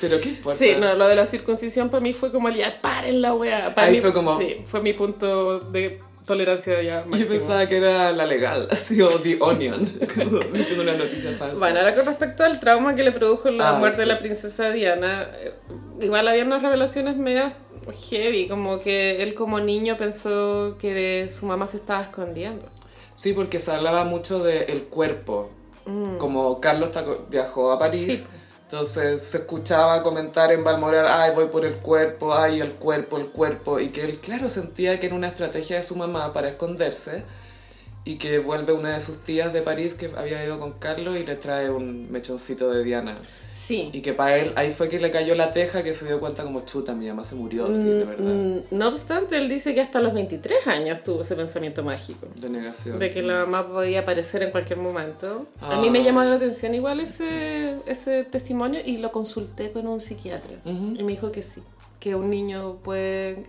A: pero ¿qué importa?
B: Sí, no, lo de la circuncisión para mí fue como el ya, paren la wea. Para
A: Ahí
B: mí
A: fue como-
B: Sí, fue mi punto de tolerancia ya
A: Yo
B: máximo.
A: pensaba que era la legal, así, o The Onion, como diciendo una noticia falsa.
B: Bueno, ahora con respecto al trauma que le produjo la
A: Ah,
B: muerte de
A: sí.
B: la princesa Diana, eh, igual había unas revelaciones medias heavy, como que él como niño pensó que de su mamá se estaba escondiendo.
A: Sí, porque se hablaba mucho del cuerpo. Como Carlos taco- viajó a París,
B: Mm. Sí.
A: entonces se escuchaba comentar en Balmoral, ay, voy por el cuerpo, ay, el cuerpo, el cuerpo. Y que él, claro, sentía que era una estrategia de su mamá para esconderse. Y que vuelve una de sus tías de París que había ido con Carlos y le trae un mechoncito de Diana.
B: Sí.
A: Y que para él, ahí fue que le cayó la teja que se dio cuenta como chuta, mi mamá se murió, sí, de
B: Mm,
A: verdad.
B: No obstante, él dice que hasta los 23 años tuvo ese pensamiento mágico.
A: De negación.
B: De que la mamá podía aparecer en cualquier momento. A
A: Ah.
B: mí me llamó la atención igual ese, ese testimonio y lo consulté con un psiquiatra. Y me dijo que sí, que un niño puede,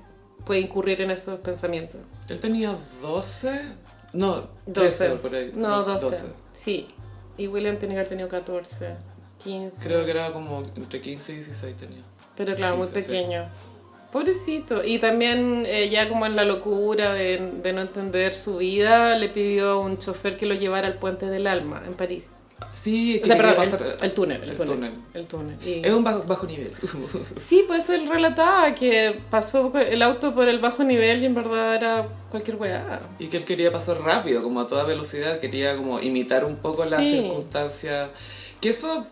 B: puede incurrir en esos pensamientos.
A: Él tenía 12, no, 13
B: 12.
A: por ahí.
B: No, 12. Sí. Y William tenía que haber tenido 14, 15.
A: Creo que era como entre 15 y 16 tenía.
B: Pero claro, muy
A: 15, sí.
B: pequeño. Pobrecito. Y también eh, ya como en la locura de, de no entender su vida, le pidió a un chofer que lo llevara al Puente del Alma en París.
A: Sí, es
B: O sea,
A: quería
B: perdón,
A: pasar-
B: el, el túnel. El,
A: el
B: túnel,
A: túnel.
B: El túnel. Y-
A: Es un bajo, bajo nivel.
B: Sí, pues eso él relataba que pasó el auto por el bajo nivel y en verdad era cualquier weá.
A: y que él quería pasar rápido, como a toda velocidad, quería como imitar un poco las
B: Sí.
A: circunstancias. Que eso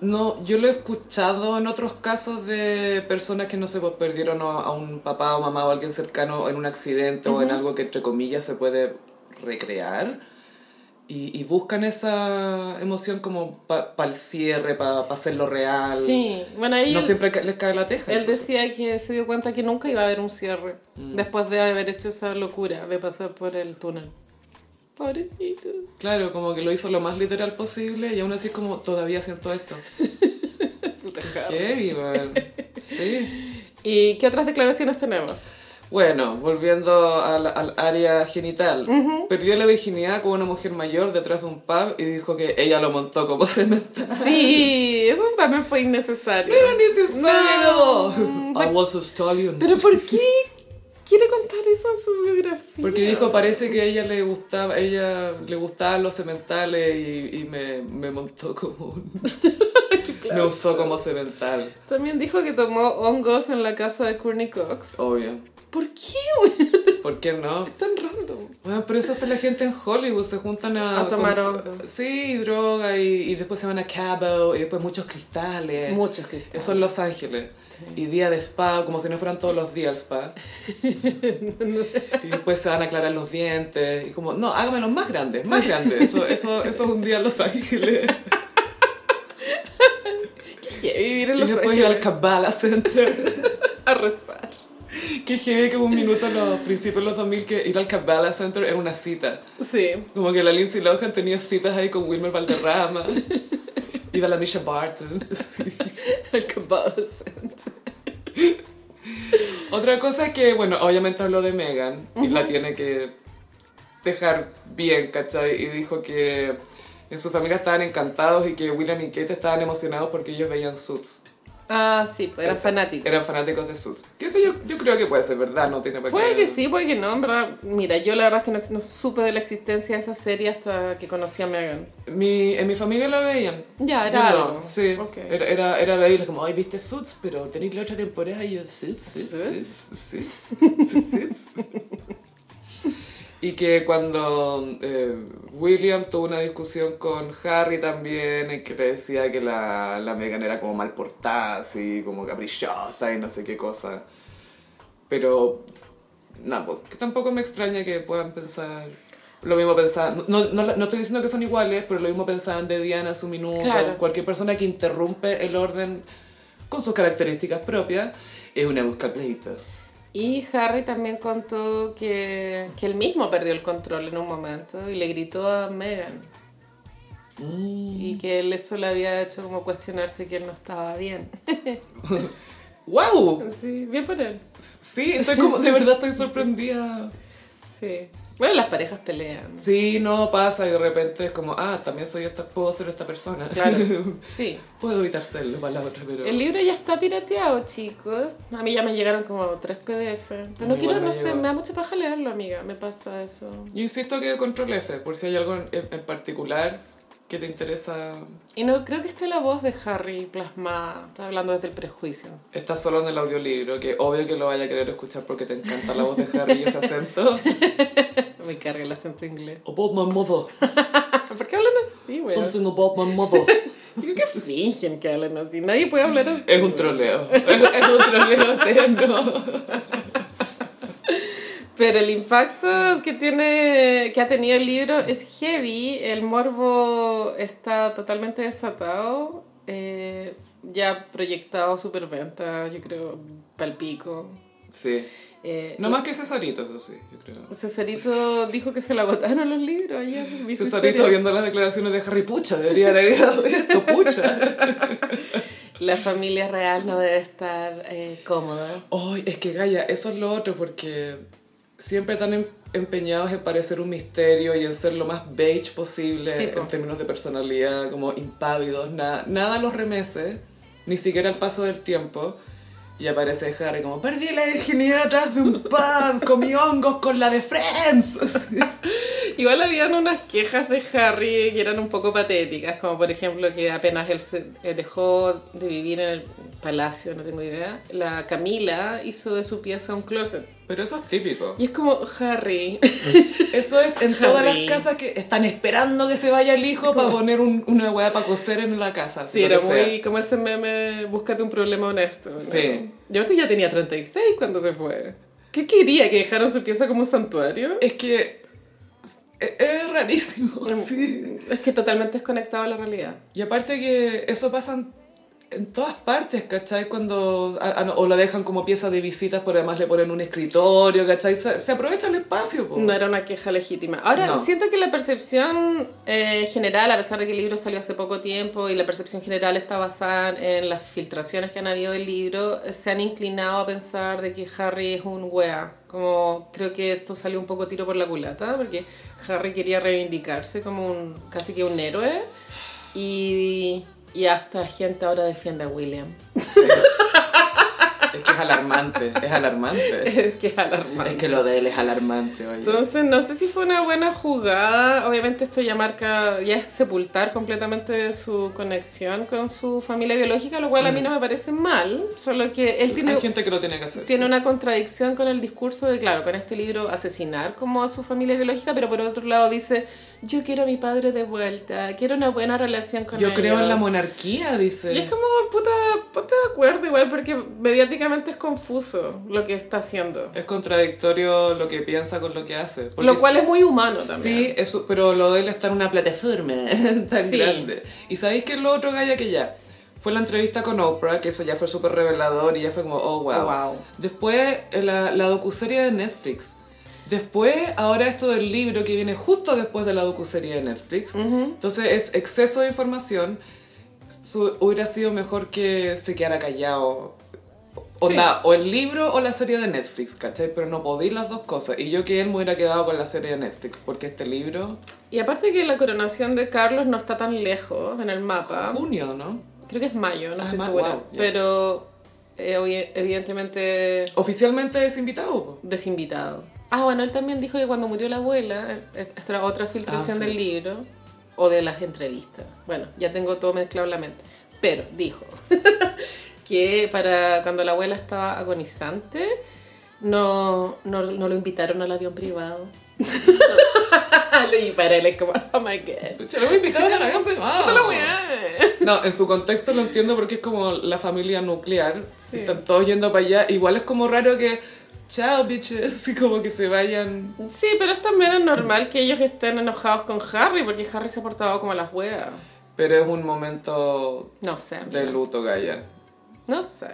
A: no, yo lo he escuchado en otros casos de personas que no sé, pues perdieron a, a un papá o mamá o alguien cercano en un accidente o en algo que entre comillas se puede recrear. Y, y buscan esa emoción como para el cierre, para hacerlo real.
B: Sí, bueno, ahí
A: No
B: él-
A: siempre ca- les cae la teja.
B: Él
A: incluso.
B: decía que se dio cuenta que nunca iba a haber un cierre
A: Mm.
B: después de haber hecho esa locura de pasar por el túnel. Pobrecito.
A: Claro, como que lo hizo lo más literal posible y aún así es como todavía siento esto.
B: Puta
A: Heavy, man. Sí.
B: ¿Y qué otras declaraciones tenemos?
A: Bueno, volviendo al, al área genital. Perdió la virginidad con una mujer mayor detrás de un pub y dijo que ella lo montó como cemento.
B: Sí, eso también fue innecesario.
A: ¡Era necesario!
B: No.
A: I was Australian.
B: ¿Pero por qué quiere contar eso en su biografía?
A: Porque dijo, parece que a ella le gustaba, ella le gustaban los cementales y, y me, me montó como un... me usó como cemental,
B: También dijo que tomó hongos en la casa de Courtney Cox.
A: obvio.
B: ¿Por qué, güey?
A: ¿Por qué no?
B: Es tan random.
A: Bueno, pero eso hace la gente en Hollywood, se juntan a...
B: A tomar
A: con-
B: hongo.
A: Sí, y droga y, y después se van a Cabo y después muchos cristales.
B: Muchos cristales.
A: Eso en Los Ángeles. Y día de spa, como si no fueran todos los días el spa. y después se van a aclarar los dientes. Y como, no, hágamelos más grandes, más grandes. Eso, eso, eso es un día en Los Ángeles.
B: Qué vivir en
A: Y
B: Los
A: después ir al
B: Ángeles
A: Kabbalah Center.
B: a rezar.
A: que heavy que hubo un minuto en los principios de los 2000 que ir al Kabbalah Center era una cita.
B: Sí.
A: Como que la Lindsay Lohan tenía citas ahí con Wilmer Valderrama. Iba la Misha Barton.
B: El cabazo.
A: Otra cosa es que, bueno, obviamente habló de Megan y la tiene que dejar bien, ¿cachai? Y dijo que en su familia estaban encantados y que William y Kate estaban emocionados porque ellos veían Suits.
B: Ah, sí, pues era fanático.
A: Eran fanáticos de Suits. Que eso yo, yo creo que puede ser verdad, no tiene por qué-
B: Puede que sí, puede que no, en verdad. Mira, yo la verdad es que no, no supe de la existencia de esa serie hasta que conocí a Megan.
A: Mi, en mi familia la veían.
B: Ya, era
A: Yo no,
B: algo.
A: sí.
B: Ok.
A: Era, era, era verla como, ay, viste Suits, pero tenéis la otra temporada. Y yo, Suits, Suits, Suits, Suits, Suits, Suits". Y que cuando eh, William tuvo una discusión con Harry también, en que le decía que la, la Megan era como mal portada, así, como caprichosa y no sé qué cosa. Pero, nada, pues, que tampoco me extraña que puedan pensar. Lo mismo pensaban, no, no, no estoy diciendo que son iguales, pero lo mismo pensaban de Diana, su minuto,
B: Claro.
A: cualquier persona que interrumpe el orden con sus características propias, es una buscapleito.
B: Y Harry también contó que, que él mismo perdió el control en un momento y le gritó a Megan. Y que él eso le había hecho como cuestionarse que él no estaba bien.
A: ¡Wow!
B: Sí, bien por él.
A: Sí, estoy como, de verdad estoy sorprendida.
B: Sí. Bueno, las parejas pelean.
A: Sí, no pasa y de repente es como, ah, también soy esta, puedo ser esta persona.
B: Claro. Sí.
A: puedo evitar serlo para la otra, pero...
B: El libro ya está pirateado, chicos. A mí ya me llegaron como tres PDF. Pero no
A: Igual
B: quiero,
A: me
B: no sé,
A: llegó.
B: me da mucha paja leerlo, amiga. Me pasa eso.
A: Yo insisto que control F, por si hay algo en, en particular que te interesa.
B: Y no, creo que está la voz de Harry plasmada. Está hablando desde el prejuicio.
A: Está solo en el audiolibro, que obvio que lo vaya a querer escuchar porque te encanta la voz de Harry y ese acento.
B: Me carga el acento inglés.
A: About my mother,
B: ¿Por qué hablan así, güey?
A: about my mother.
B: Creo que fingen que hablan así. Nadie puede hablar así.
A: Es un troleo, es, es un troleo eterno.
B: Pero el impacto que tiene, que ha tenido el libro es heavy. El morbo está totalmente desatado. eh, ya proyectado superventa, yo creo, palpico.
A: Sí,
B: Eh,
A: no más que Cesarito, eso sí, yo creo.
B: Cesarito dijo que se le agotaron los libros ayer. vi su
A: Cesarito
B: historia.
A: viendo las declaraciones de Harry, pucha, debería haber habido esto, pucha.
B: La familia real no debe estar eh, cómoda.
A: Ay, es que Gaia, eso es lo otro, porque siempre están em- empeñados en parecer un misterio y en ser lo más beige posible
B: Sí, po.
A: en términos de personalidad, como impávidos, nada, nada los remece, ni siquiera el paso del tiempo. Y aparece Harry como, perdí la virginidad atrás de un pub, comí hongos con la de Friends.
B: Igual habían unas quejas de Harry que eran un poco patéticas, como por ejemplo que apenas él se eh, dejó de vivir en el palacio, no tengo idea, la Camila hizo de su pieza un closet.
A: Pero eso es típico.
B: Y es como Harry,
A: Eso es en todas las
B: Harry.
A: casas que están esperando que se vaya el hijo para poner un- una hueá para coser en la casa.
B: sí,
A: lo
B: era
A: que sea.
B: muy como ese meme, búscate un problema honesto. ¿no?
A: Sí.
B: Yo antes ya tenía 36 cuando se fue. ¿Qué quería? ¿Que dejaran su pieza como un santuario?
A: Es que es, es rarísimo.
B: Es que totalmente desconectado de la realidad.
A: Y aparte que eso pasa en, en todas partes, ¿cachai? Cuando, a- a- o la dejan como pieza de visitas, pero además le ponen un escritorio, ¿cachai? Se, se aprovecha el espacio, po.
B: No era una queja legítima. Ahora,
A: No.
B: siento que la percepción eh, general, a pesar de que el libro salió hace poco tiempo y la percepción general está basada en las filtraciones que han habido del libro, eh, se han inclinado a pensar de que Harry es un wea. Como creo que esto salió un poco tiro por la culata, porque Harry quería reivindicarse como un casi que un héroe. Y, y hasta gente ahora defiende a William.
A: Es que es alarmante, es alarmante.
B: es que es alarmante.
A: Es que lo de él es alarmante, oye.
B: Entonces, no sé si fue una buena jugada. Obviamente esto ya marca, ya es sepultar completamente su conexión con su familia biológica, lo cual a mí no me parece mal, solo que él tiene,
A: Hay gente que lo tiene que hacer.
B: tiene
A: sí.
B: una contradicción con el discurso de, claro, con este libro asesinar como a su familia biológica, pero por otro lado dice, yo quiero a mi padre de vuelta, quiero una buena relación con
A: Yo creo en la
B: ellos".
A: monarquía, dice.
B: Y es como, puta, ponte de acuerdo igual, porque mediáticamente es confuso lo que está haciendo.
A: Es contradictorio lo que piensa con lo que hace. porque
B: Lo cual es muy humano también.
A: Sí, eso, pero lo de él está en una plataforma tan
B: Sí.
A: grande. Y sabéis que lo otro galla que ya fue la entrevista con Oprah, que eso ya fue súper revelador y ya fue como, oh wow.
B: Oh, wow.
A: Después eh, la, la docuserie de Netflix. Después, ahora esto del libro que viene justo después de la docuserie de Netflix. Entonces es exceso de información. Su- hubiera sido mejor que se quedara callado. Onda, o el libro o la serie de Netflix, ¿cachai? Pero no podí las dos cosas. Y yo que él me hubiera quedado con la serie de Netflix, porque este libro,
B: Y aparte que la coronación de Carlos no está tan lejos en el mapa.
A: junio, ¿no?
B: Creo que es mayo, no
A: Ah,
B: estoy
A: ma-
B: segura.
A: wow, ya.
B: Pero eh, obvi- evidentemente
A: Oficialmente es invitado, po.
B: desinvitado. Ah, bueno, él también dijo que cuando murió la abuela, eh, esta era otra filtración
A: Ah, sí.
B: del libro o de las entrevistas. Bueno, ya tengo todo mezclado en la mente. Pero dijo que para cuando la abuela estaba agonizante, no, no, no lo invitaron al avión privado. y para él es como, oh my god.
A: Se lo voy a invitar a la gran privada.
B: Solo weá.
A: No, en su contexto lo entiendo porque es como la familia nuclear.
B: Sí.
A: Están todos yendo para allá. Igual es como raro que, chao, bitches, y como que se vayan.
B: Sí, pero es también es normal que ellos estén enojados con Harry, porque Harry se ha portado como las huevas.
A: Pero es un momento
B: No sé. amiga.
A: de luto, Gaya.
B: No sé.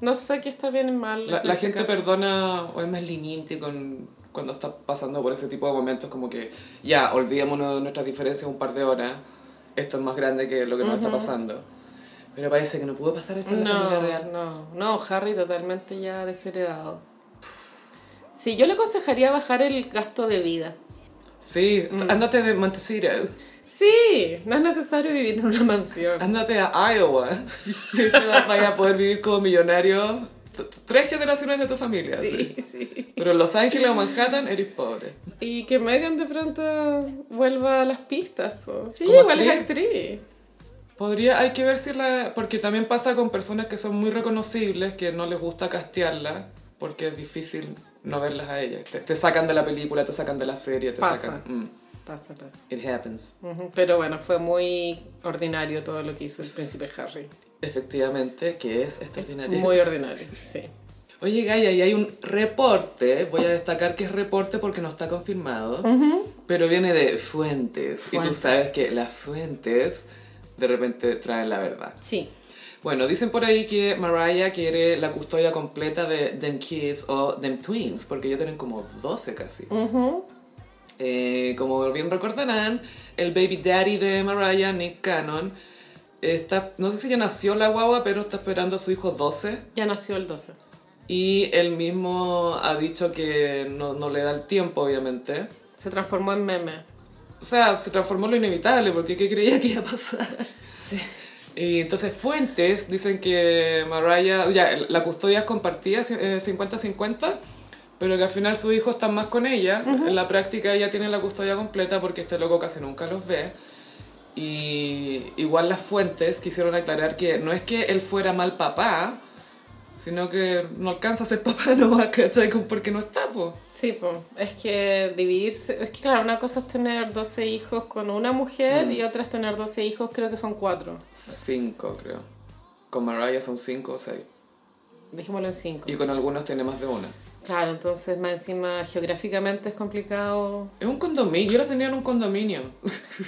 B: No sé qué está bien y mal.
A: La,
B: en
A: la
B: este
A: gente
B: caso.
A: perdona o es más limiente con cuando está pasando por ese tipo de momentos como que ya olvidémonos de nuestras diferencias un par de horas esto es más grande que lo que nos está pasando pero parece que no pudo pasar eso en la familia
B: No,
A: real
B: no, no, Harry totalmente ya desheredado. Sí, yo le aconsejaría bajar el gasto de vida.
A: sí
B: Mm.
A: ándate de Montecito
B: Sí, no es necesario vivir en una mansión.
A: ándate a Iowa y te va- vaya a poder vivir como millonario t- tres generaciones de tu familia
B: Sí,
A: sí.
B: sí.
A: pero en Los Ángeles o Manhattan eres pobre
B: Y que Megan de pronto vuelva a las pistas. po. Sí,
A: ¿Como
B: igual es
A: actriz?
B: actriz.
A: Podría, hay que ver si la... Porque también pasa con personas que son muy reconocibles, que no les gusta castearlas, porque es difícil no verlas a ellas. Te, te sacan de la película, te sacan de la serie, te
B: Pasa.
A: sacan... mm,
B: Pasa, pasa.
A: it happens.
B: Ujú, Pero bueno, fue muy ordinario todo lo que hizo el príncipe Harry.
A: Efectivamente, que es extraordinario.
B: Muy ordinario, sí.
A: Oye, Gaia, y hay un reporte, voy a destacar que es reporte porque no está confirmado, pero viene de fuentes, y tú
B: Fuentes.
A: sabes que las fuentes de repente traen la verdad.
B: Sí.
A: Bueno, dicen por ahí que Mariah quiere la custodia completa de Them Kids o Them Twins, porque ellos tienen como 12 casi. Eh, como bien recordarán, el baby daddy de Mariah, Nick Cannon, está, no sé si ya nació la guagua, pero está esperando a su hijo 12.
B: Ya nació el 12.
A: Y él mismo ha dicho que no, no le da el tiempo, obviamente.
B: Se transformó en meme.
A: O sea, se transformó en lo inevitable, porque ¿qué creía que iba a pasar?
B: Sí.
A: Y entonces fuentes dicen que Mariah, ya, la custodia es compartida eh, 50-50, pero que al final sus hijos están más con ella. En la práctica ella tiene la custodia completa porque este loco casi nunca los ve. Y igual las fuentes quisieron aclarar que no es que él fuera mal papá, sino que no alcanza a ser papá nomás, ¿cachai? Como Porque no está, po.
B: Sí, pues, es que dividirse, es que claro, una cosa es tener 12 hijos con una mujer y otra es tener 12 hijos, creo que son cuatro.
A: Cinco, creo. Con Mariah son cinco o seis.
B: Dejémoslo en cinco.
A: Y con algunos tiene más de una.
B: Claro, entonces más encima geográficamente es complicado.
A: Es un condominio, yo lo tenía en un condominio.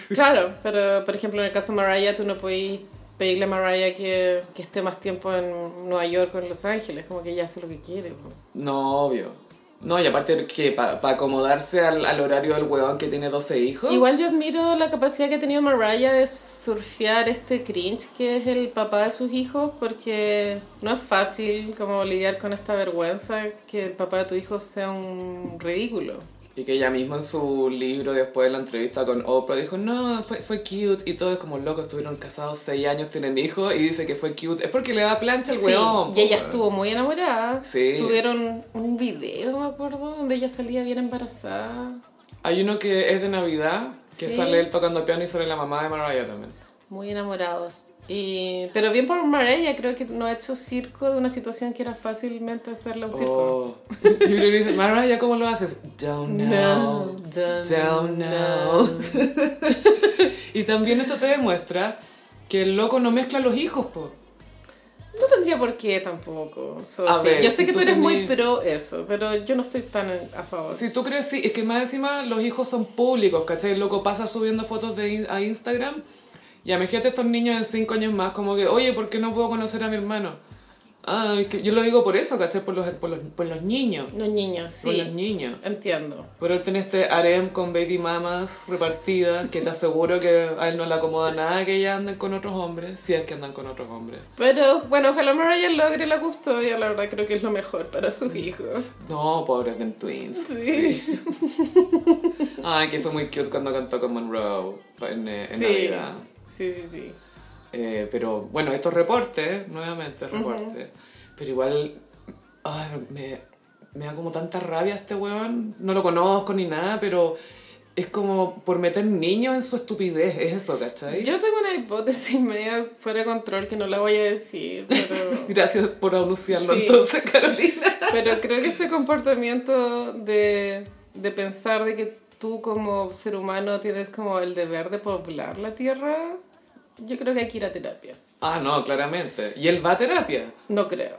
B: Claro, pero por ejemplo en el caso de Mariah tú no podís pedirle a Mariah que, que esté más tiempo en Nueva York o en Los Ángeles, como que ella hace lo que quiere. po.
A: No, obvio. No, y aparte que para acomodarse al, al horario del huevón que tiene 12 hijos.
B: Igual yo admiro la capacidad que ha tenido Mariah de surfear este cringe que es el papá de sus hijos, porque no es fácil como lidiar con esta vergüenza que el papá de tu hijo sea un ridículo.
A: Y que ella misma en su libro, después de la entrevista con Oprah, dijo, no, fue, fue cute. Y todo es como loco, estuvieron casados 6 años, tienen hijos, y dice que fue cute. Es porque le da plancha al
B: Sí,
A: huevón.
B: y
A: po,
B: ella
A: weón.
B: estuvo muy enamorada.
A: Sí.
B: Tuvieron un video, me acuerdo, donde ella salía bien embarazada.
A: Hay uno que es de Navidad, que
B: Sí.
A: sale él tocando piano y sale la mamá de Mariah también.
B: Muy enamorados. Y, pero bien por Mariah, creo que no ha hecho circo de una situación que era fácilmente hacerla un circo.
A: Oh. Y Yuri dice, Mariah, ¿cómo lo haces? Don't know.
B: don't,
A: Don't know. Y también esto te demuestra que el loco no mezcla los hijos, po.
B: No tendría por qué tampoco. Sofi.
A: A ver,
B: yo sé que
A: tú
B: tú eres muy
A: tenés-
B: pro eso, pero yo no estoy tan a favor.
A: Si tú crees, sí, es que más encima los hijos son públicos, ¿cachai? El loco pasa subiendo fotos de in- a Instagram y a imagínate estos niños en 5 años más, como que, oye, ¿por qué no puedo conocer a mi hermano? Ah, es que yo lo digo por eso, ¿cachai? Por los, por los, por los niños.
B: Los niños,
A: Por los
B: sí.
A: niños.
B: Entiendo.
A: Pero él tiene este harem con baby mamas repartidas que te aseguro que a él no le acomoda nada que ellas anden con otros hombres, si es que andan con otros hombres.
B: Pero bueno, ojalá Mariah logre la custodia, la verdad creo que es lo mejor para sus
A: Mm.
B: hijos.
A: No, pobres them twins.
B: Sí.
A: Ay, que fue muy cute cuando cantó con Monroe en, eh, en
B: Sí.
A: Navidad.
B: sí, sí, sí.
A: Eh, pero bueno, estos reportes, nuevamente reportes. Pero igual, ay, me, me da como tanta rabia este weón. No lo conozco ni nada, pero es como por meter niños en su estupidez. Es eso, ¿cachai?
B: Yo tengo una hipótesis media fuera de control que no la voy a decir, pero,
A: Gracias por anunciarlo
B: Sí.
A: entonces, Carolina.
B: pero creo que este comportamiento de, de pensar de que tú como ser humano tienes como el deber de poblar la tierra, yo creo que hay que ir a terapia.
A: Ah, no, claramente. Y él va a terapia.
B: No creo.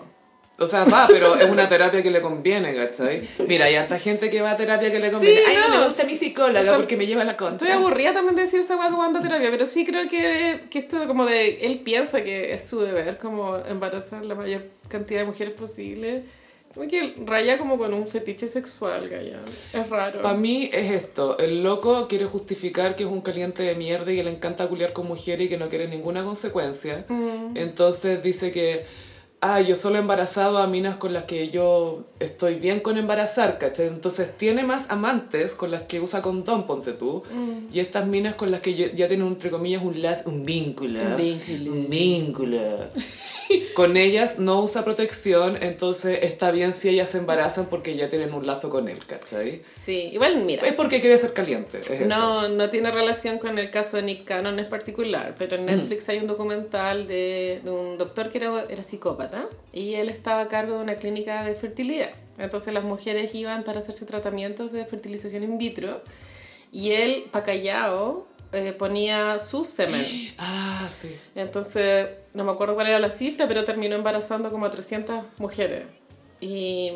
A: O sea, va, pero es una terapia que le conviene, ¿cachai? Mira, hay harta gente que va a terapia que le conviene. Ay, no,
B: no.
A: me gusta mi psicóloga porque me lleva la
B: Estoy
A: contra.
B: aburrida también de decir esa guay como anda a terapia, pero sí creo que, que esto como de él piensa que es su deber como embarazar la mayor cantidad de mujeres posible. Como que raya como con un fetiche sexual, Gaya. Es raro.
A: Para mí es esto, el loco quiere justificar que es un caliente de mierda y que le encanta culiar con mujeres y que no quiere ninguna consecuencia.
B: Mm.
A: Entonces dice que, ah, yo solo he embarazado a minas con las que yo estoy bien con embarazar, ¿cachai? Entonces tiene más amantes con las que usa condón, ponte tú,
B: Mm.
A: y estas minas con las que ya ya tienen, entre comillas, un, lazo, un vínculo.
B: Un vínculo.
A: Un vínculo. con ellas no usa protección, entonces está bien si ellas se embarazan porque ya tienen un lazo con él, ¿cachai?
B: Sí, igual mira.
A: Es porque quiere ser caliente. es eso.
B: No, no tiene relación con el caso de Nick Cannon en particular, pero en Netflix hay un documental de, de un doctor que era, era psicópata y él estaba a cargo de una clínica de fertilidad. Entonces las mujeres iban para hacerse tratamientos de fertilización in vitro y él, pa' callao, eh, ponía su semen.
A: Ah, sí.
B: Entonces, no me acuerdo cuál era la cifra, pero terminó embarazando como a 300 mujeres. Y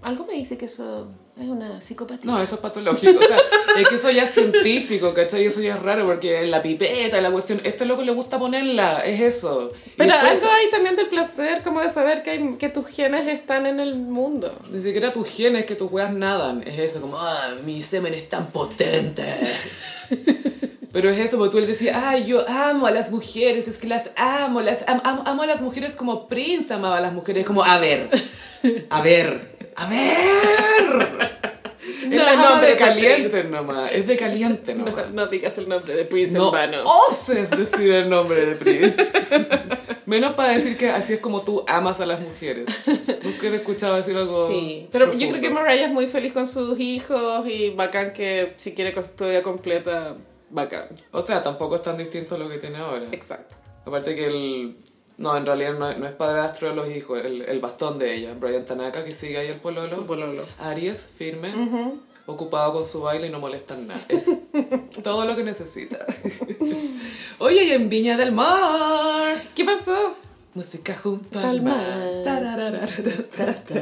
B: algo me dice que eso es una psicopatía.
A: No, eso es patológico. O sea, es que eso ya es científico, ¿cachai? Eso ya es raro porque en la pipeta, la cuestión. Este loco le gusta ponerla, es eso. Y
B: Pero
A: después,
B: algo hay también del placer, como de saber que, hay- que tus genes están en el mundo.
A: Ni siquiera tus genes, que tus weas nadan. Es eso, como, ah, mi semen es tan potente. Pero es eso, porque tú él decía, ay, yo amo a las mujeres, es que las amo, las am- am- amo a las mujeres como Prince amaba a las mujeres, como, a ver, a ver, a ver.
B: No,
A: es la
B: no,
A: ama
B: pero
A: de
B: es
A: caliente nomás, es de caliente nomás.
B: No, no digas el nombre de Prince
A: No Oh,
B: en vano.
A: oses decir el nombre de Prince. Menos para decir que así es como tú amas a las mujeres. Nunca he escuchado decir algo.
B: Sí, pero yo
A: profundo.
B: creo que Mariah es muy feliz con sus hijos y bacán que si quiere custodia completa, bacán.
A: O sea, tampoco es tan distinto a lo que tiene ahora.
B: Exacto.
A: Aparte que el. No, en realidad no, no es padrastro de los hijos, el, el bastón de ella, Brian Tanaka, que sigue ahí el
B: Su
A: pololo.
B: pololo.
A: Aries, firme, ocupado con su baile y no molesta en nada. Es todo lo que necesita. Oye, y en Viña del Mar.
B: ¿Qué pasó?
A: Música junto al
B: Al
A: mar.
B: mar.
A: Tarararara, ta, ta.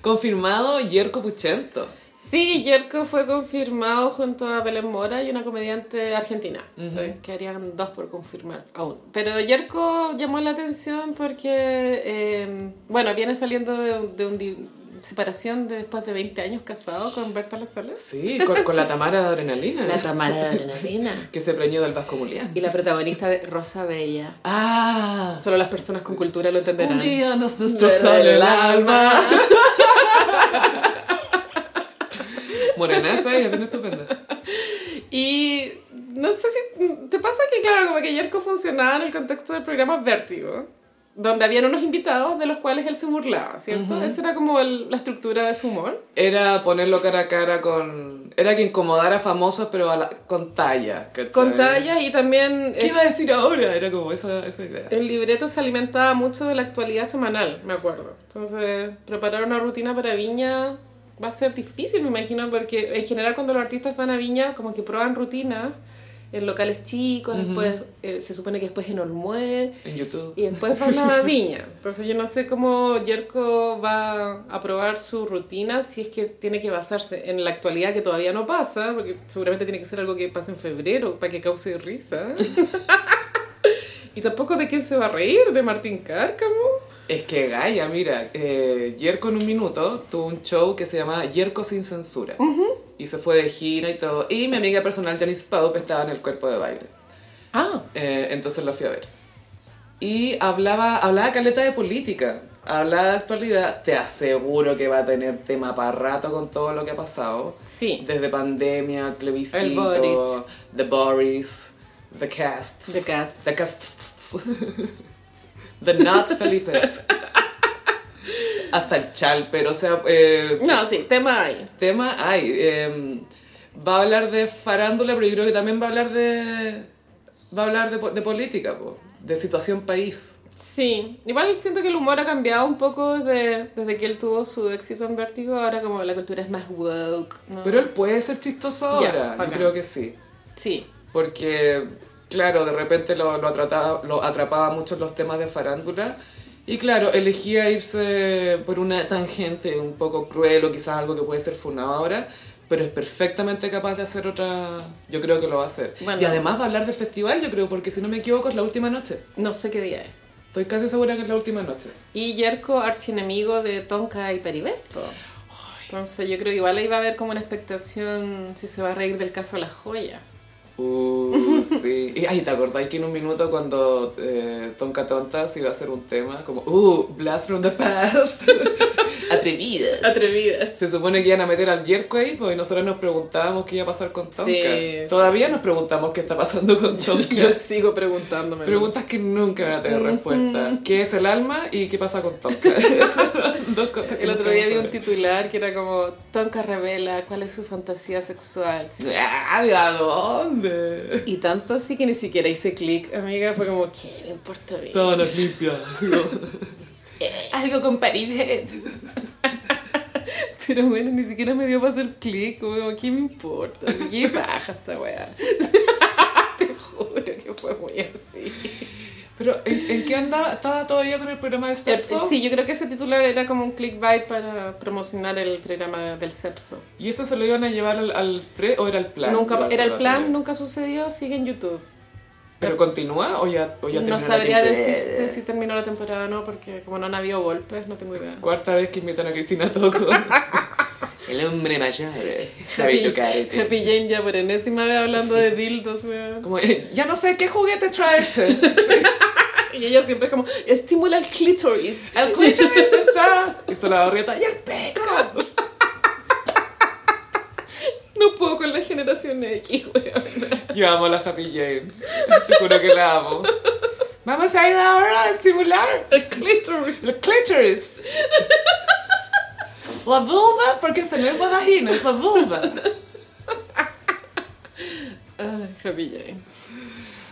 A: Confirmado Yerko Puchento.
B: Sí, Jerko fue confirmado junto a Belén Mora y una comediante argentina. Entonces, Quedarían dos por confirmar aún. Pero Jerko llamó la atención porque, eh, bueno, viene saliendo de, de una separación de- después de 20 años casado con Berta Lazales.
A: Sí, con, con la Tamara de Adrenalina.
B: Tamara de Adrenalina.
A: que se preñó del Vasco Mulián.
B: Y la protagonista de Rosa Bella.
A: Ah,
B: Solo las personas con cultura lo entenderán.
A: un día nos
B: Verdad,
A: destrozará el alma. Morenaza y es bien estupenda.
B: Y no sé si te pasa que, claro, como que Jerko funcionaba en el contexto del programa Vértigo, donde habían unos invitados de los cuales él se burlaba, ¿cierto? Esa era como el- la estructura de su humor.
A: Era ponerlo cara a cara con... Era que incomodara a famosos, pero a la- con talla. ¿cachai?
B: Con tallas y también
A: ¿Qué
B: es- Eh,
A: iba a decir ahora? Era como esa, esa idea.
B: el libreto se alimentaba mucho de la actualidad semanal, me acuerdo. Entonces, preparar una rutina para Viña va a ser difícil, me imagino, porque en general cuando los artistas van a Viña, como que prueban rutinas en locales chicos, después eh, se supone que después en Olmué,
A: En YouTube.
B: Y después van a Viña. Entonces yo no sé cómo Jerko va a probar su rutina si es que tiene que basarse en la actualidad que todavía no pasa, porque seguramente tiene que ser algo que pase en febrero para que cause risa. y tampoco de quién se va a reír, de Martín Cárcamo.
A: Es que Gaia, mira, eh, Yerko en un minuto tuvo un show que se llamaba Yerko sin censura. Y se fue de gira y todo. Y mi amiga personal, Janice Paup, estaba en el cuerpo de baile.
B: Ah,
A: Eh, entonces lo fui a ver. Y hablaba, hablaba caleta de política, hablaba de actualidad. Te aseguro que va a tener tema para rato con todo lo que ha pasado.
B: sí.
A: Desde pandemia, el plebiscito,
B: El Boric.
A: The Boris, The Casts.
B: The Casts.
A: The Casts. the Not Felipe. Hasta el chal, pero o sea, eh,
B: No, sí, tema ahí.
A: tema hay. eh, va a hablar de farándula, pero yo creo que también va a hablar de. Va a hablar de, po- de política, po, de situación país.
B: Sí, igual siento que el humor ha cambiado un poco desde, desde que él tuvo su éxito en Vértigo, ahora como la cultura es más woke. ¿no?
A: Pero él puede ser chistoso
B: Ah. Ya,
A: ahora, yo
B: bacán.
A: creo que sí.
B: Sí,
A: Porque, claro, de repente lo, lo, atrataba- lo atrapaba mucho en los temas de farándula. Y claro, elegía irse por una tangente un poco cruel o quizás algo que puede ser funado ahora, pero es perfectamente capaz de hacer otra... Yo creo que lo va a hacer.
B: Bueno.
A: Y además va a hablar del festival, yo creo, porque si no me equivoco es la última noche.
B: no sé qué día es.
A: Estoy casi segura que es la última noche.
B: Y Jerko, archienemigo de Tonka y Peribet. po. Entonces yo creo que igual ahí va a haber como una expectación si se va a reír del caso de la joya.
A: Uh, sí. Y ay, ¿te acordáis que en un minuto cuando eh, Tonka Tontas iba a hacer un tema como, uh, Blast from the Past? Atrevidas.
B: Atrevidas.
A: Se supone que iban a meter al Yerko ahí, pues y nosotros nos preguntábamos qué iba a pasar con Tonka.
B: Sí,
A: Todavía nos preguntamos qué está pasando con
B: Yo
A: Tonka.
B: sigo preguntándome.
A: Preguntas que nunca van a tener respuesta. ¿Qué es el alma y qué pasa con Tonka? Esas son Dos cosas que
B: El otro
A: nunca
B: día vi
A: vamos a
B: un
A: saber.
B: titular que era como Tonka revela cuál es su fantasía sexual.
A: Ah, ¿de a dónde?
B: Y tanto así que ni siquiera hice clic, amiga. Fue como, ¿qué me importa a mí?
A: Sábanas limpias. Algo con Paribet.
B: Pero bueno, ni siquiera me dio para hacer clic, como, ¿qué me importa? Así, ¿Qué baja esta weá? Te juro que fue muy así.
A: Pero, ¿en, en qué andaba? ¿Estaba todavía con el programa de
B: El-
A: sexo?
B: Eh, sí, yo creo que ese titular era como un clickbait para promocionar el programa del Cepso.
A: ¿Y eso se lo iban a llevar al, al pre o era el plan?
B: nunca, era
A: Llevárselo
B: el
A: a
B: plan,
A: tele.
B: nunca sucedió, sigue en YouTube.
A: ¿Pero continúa o ya, o ya terminó
B: No
A: la
B: sabría
A: temporada?
B: decirte si terminó la temporada o no, porque como no han habido golpes, no tengo idea.
A: Cuarta vez que invitan a Cristina Toco. El hombre mayor
B: Happy, Happy Jane ya por enésima vez hablando de dildos, weón.
A: Como, eh, ya no sé qué juguete traerte.
B: Y ella siempre es como, estimula el clítoris.
A: El clítoris está. Hizo la barrieta. ¡Y el pico!
B: No puedo con la generación X, weón.
A: Yo amo a la Happy Jane. Te juro que la amo. Vamos a ir ahora a estimular
B: El clítoris.
A: el clítoris. La vulva, porque se no es la vagina, es la vulva.
B: Ay, Happy Jane.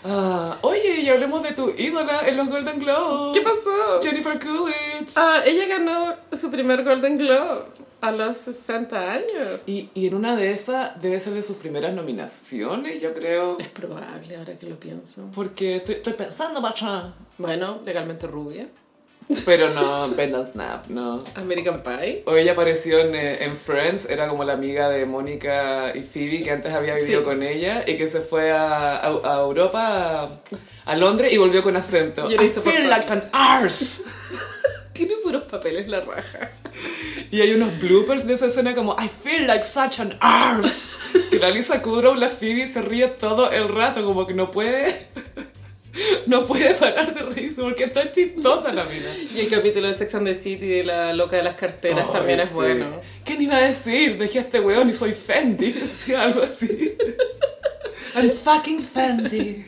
A: Ah, oye, y hablemos de tu ídola en los Golden Globes.
B: ¿Qué pasó?
A: Jennifer Coolidge.
B: Ah, ella ganó su primer Golden Globe a los 60 años.
A: Y, y en una de esas debe ser de sus primeras nominaciones, yo creo.
B: Es probable ahora que lo pienso.
A: Porque estoy, estoy pensando, bacha.
B: Bueno, legalmente rubia.
A: Pero no, Ben and Snap, no.
B: American Pie.
A: O ella apareció en, eh, en Friends, era como la amiga de Mónica y Phoebe que antes había vivido
B: Sí.
A: con ella y que se fue a, a, a Europa, a, a Londres y volvió con acento.
B: Y era
A: I feel
B: insoportable.
A: like an arse.
B: Tiene puros papeles la raja.
A: Y hay unos bloopers de esa escena como I feel like such an arse. Que la Lisa Kudrow, la Phoebe se ríe todo el rato, como que no puede. No puede parar de reírse porque está chistosa la mina.
B: Y el capítulo de Sex and the City de la loca de las carteras
A: Ay,
B: también es
A: Oh, sí.
B: bueno.
A: ¿Qué ni iba a decir? Dejé a este weón y soy Fendi. Sí, algo así. I'm fucking Fendi.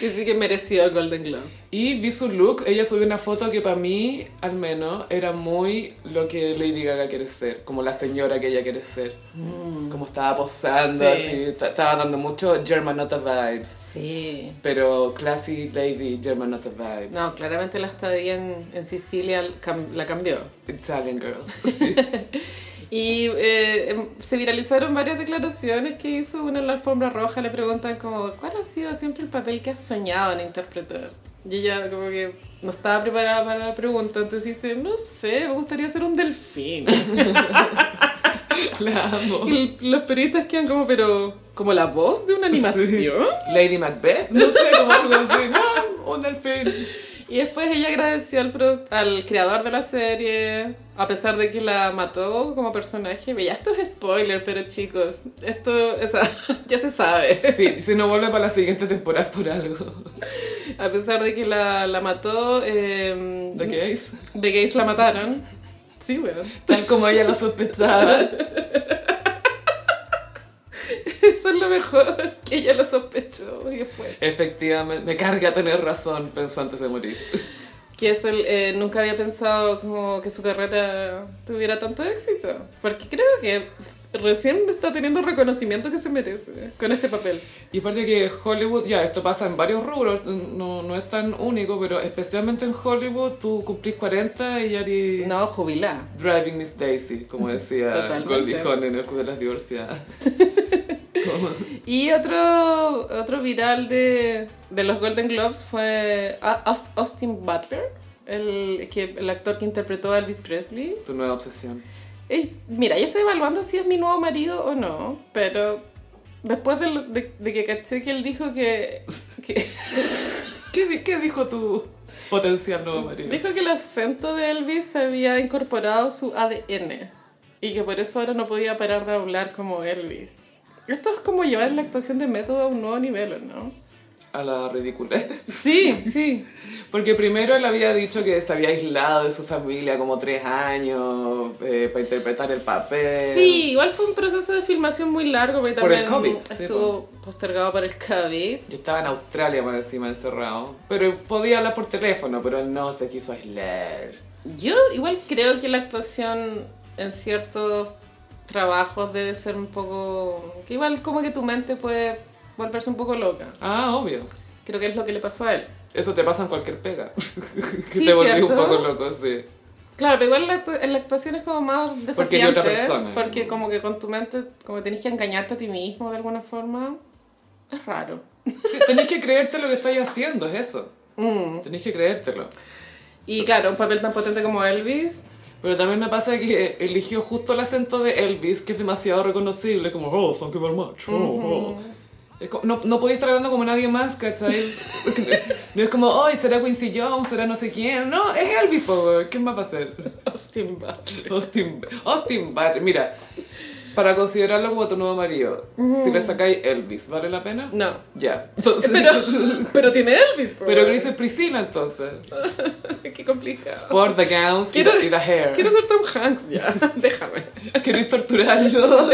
B: Y sí que mereció el Golden Globe.
A: Y vi su look, ella subió una foto que para mí, al menos, era muy lo que Lady Gaga quiere ser, como la señora que ella quiere ser. Como estaba posando,
B: Sí.
A: así, ta- estaba dando mucho Germanota vibes.
B: Sí.
A: Pero classy lady Germanota vibes.
B: No, claramente la estadía en, en Sicilia cam- la cambió.
A: Italian girls.
B: Y eh, em, se viralizaron varias declaraciones que hizo una en la alfombra roja. Le preguntan como, ¿cuál ha sido siempre el papel que has soñado en interpretar? Y ella como que no estaba preparada para la pregunta, entonces dice, no sé, me gustaría ser un delfín.
A: La amo.
B: Y los periodistas quedan como, pero, ¿como la voz de una animación?
A: Lady Macbeth, no sé cómo algo así. No, un delfín.
B: Y después ella agradeció al, produ- al creador de la serie, a pesar de que la mató como personaje. Ya esto es spoiler, pero chicos, esto o sea, ya se sabe.
A: Sí, si no vuelve para la siguiente temporada por algo.
B: A pesar de que la, la mató, eh,
A: ¿De qué es?
B: de gays la mataron. Sí, weón.
A: Tal como ella lo sospechaba.
B: Eso es lo mejor, que ella lo sospechó y después.
A: Efectivamente, me carga tener razón, pensó antes de morir.
B: Que es el, eh, nunca había pensado como que su carrera tuviera tanto éxito. Porque creo que recién está teniendo el reconocimiento que se merece con este papel.
A: Y aparte que Hollywood, ya, esto pasa en varios rubros, no, no es tan único, pero especialmente en Hollywood, tú cumplís 40 y ya eres
B: No, jubilá.
A: Driving Miss Daisy, como decía
B: Totalmente.
A: Goldie Hawn en el Club de las Diversidades.
B: Y otro, otro viral de, de los Golden Globes fue a- Aus- Austin Butler, el, que, el actor que interpretó a Elvis Presley.
A: Tu nueva obsesión.
B: Eh, mira, yo estoy evaluando si es mi nuevo marido o no, pero después de, lo- de- de que caché que él dijo que, que-
A: ¿Qué, di- qué dijo tu potencial nuevo marido?
B: dijo que el acento de Elvis se había incorporado a su ADN y que por eso ahora no podía parar de hablar como Elvis. Esto es como llevar la actuación de método a un nuevo nivel, ¿o no?
A: A la ridiculez.
B: Sí, sí.
A: Porque primero él había dicho que se había aislado de su familia como tres años eh, para interpretar el papel.
B: Sí, igual fue un proceso de filmación muy largo, porque
A: Eh, Por el
B: también
A: COVID, sí,
B: estuvo postergado por el COVID.
A: Yo estaba en Australia por encima encerrado. Pero podía hablar por teléfono, pero él no se quiso aislar.
B: Yo igual creo que la actuación en ciertos trabajos debe ser un poco... que igual como que tu mente puede volverse un poco loca.
A: Ah, obvio.
B: Creo que es lo que le pasó a él.
A: Eso te pasa en cualquier pega. que
B: Sí,
A: te volví un
B: ¿cierto?
A: poco loco, sí.
B: Claro, pero igual la, actu- la actuación es como más desafiante.
A: Porque hay otra persona. Mm.
B: Porque como que con tu mente, como que tenés que engañarte a ti mismo de alguna forma. Es raro.
A: sí tenés que creerte lo que estáis haciendo, es eso. Tenés que creértelo.
B: Y claro, un papel tan potente como Elvis,
A: Pero también me pasa que eligió justo el acento de Elvis, que es demasiado reconocible, como, oh, thank you very much, oh, oh". Es como- no, no podía estar hablando como nadie más, ¿cachai? no es como, ay, será Quincy Jones, será no sé quién. No, es Elvis, po, weón. ¿quién más va a ser?
B: Austin Butler.
A: Austin, Austin Butler, mira, para considerarlo como tu nuevo marido, si le sacáis Elvis, ¿vale la pena?
B: No.
A: Ya, entonces...
B: Pero, pero tiene Elvis. po.
A: Pero que dice Priscila entonces.
B: Qué complicado.
A: Por the gowns y
B: Quiero-
A: the, y the hair.
B: Quiero ser Tom Hanks ya. Déjame.
A: ¿Queréis torturarlo?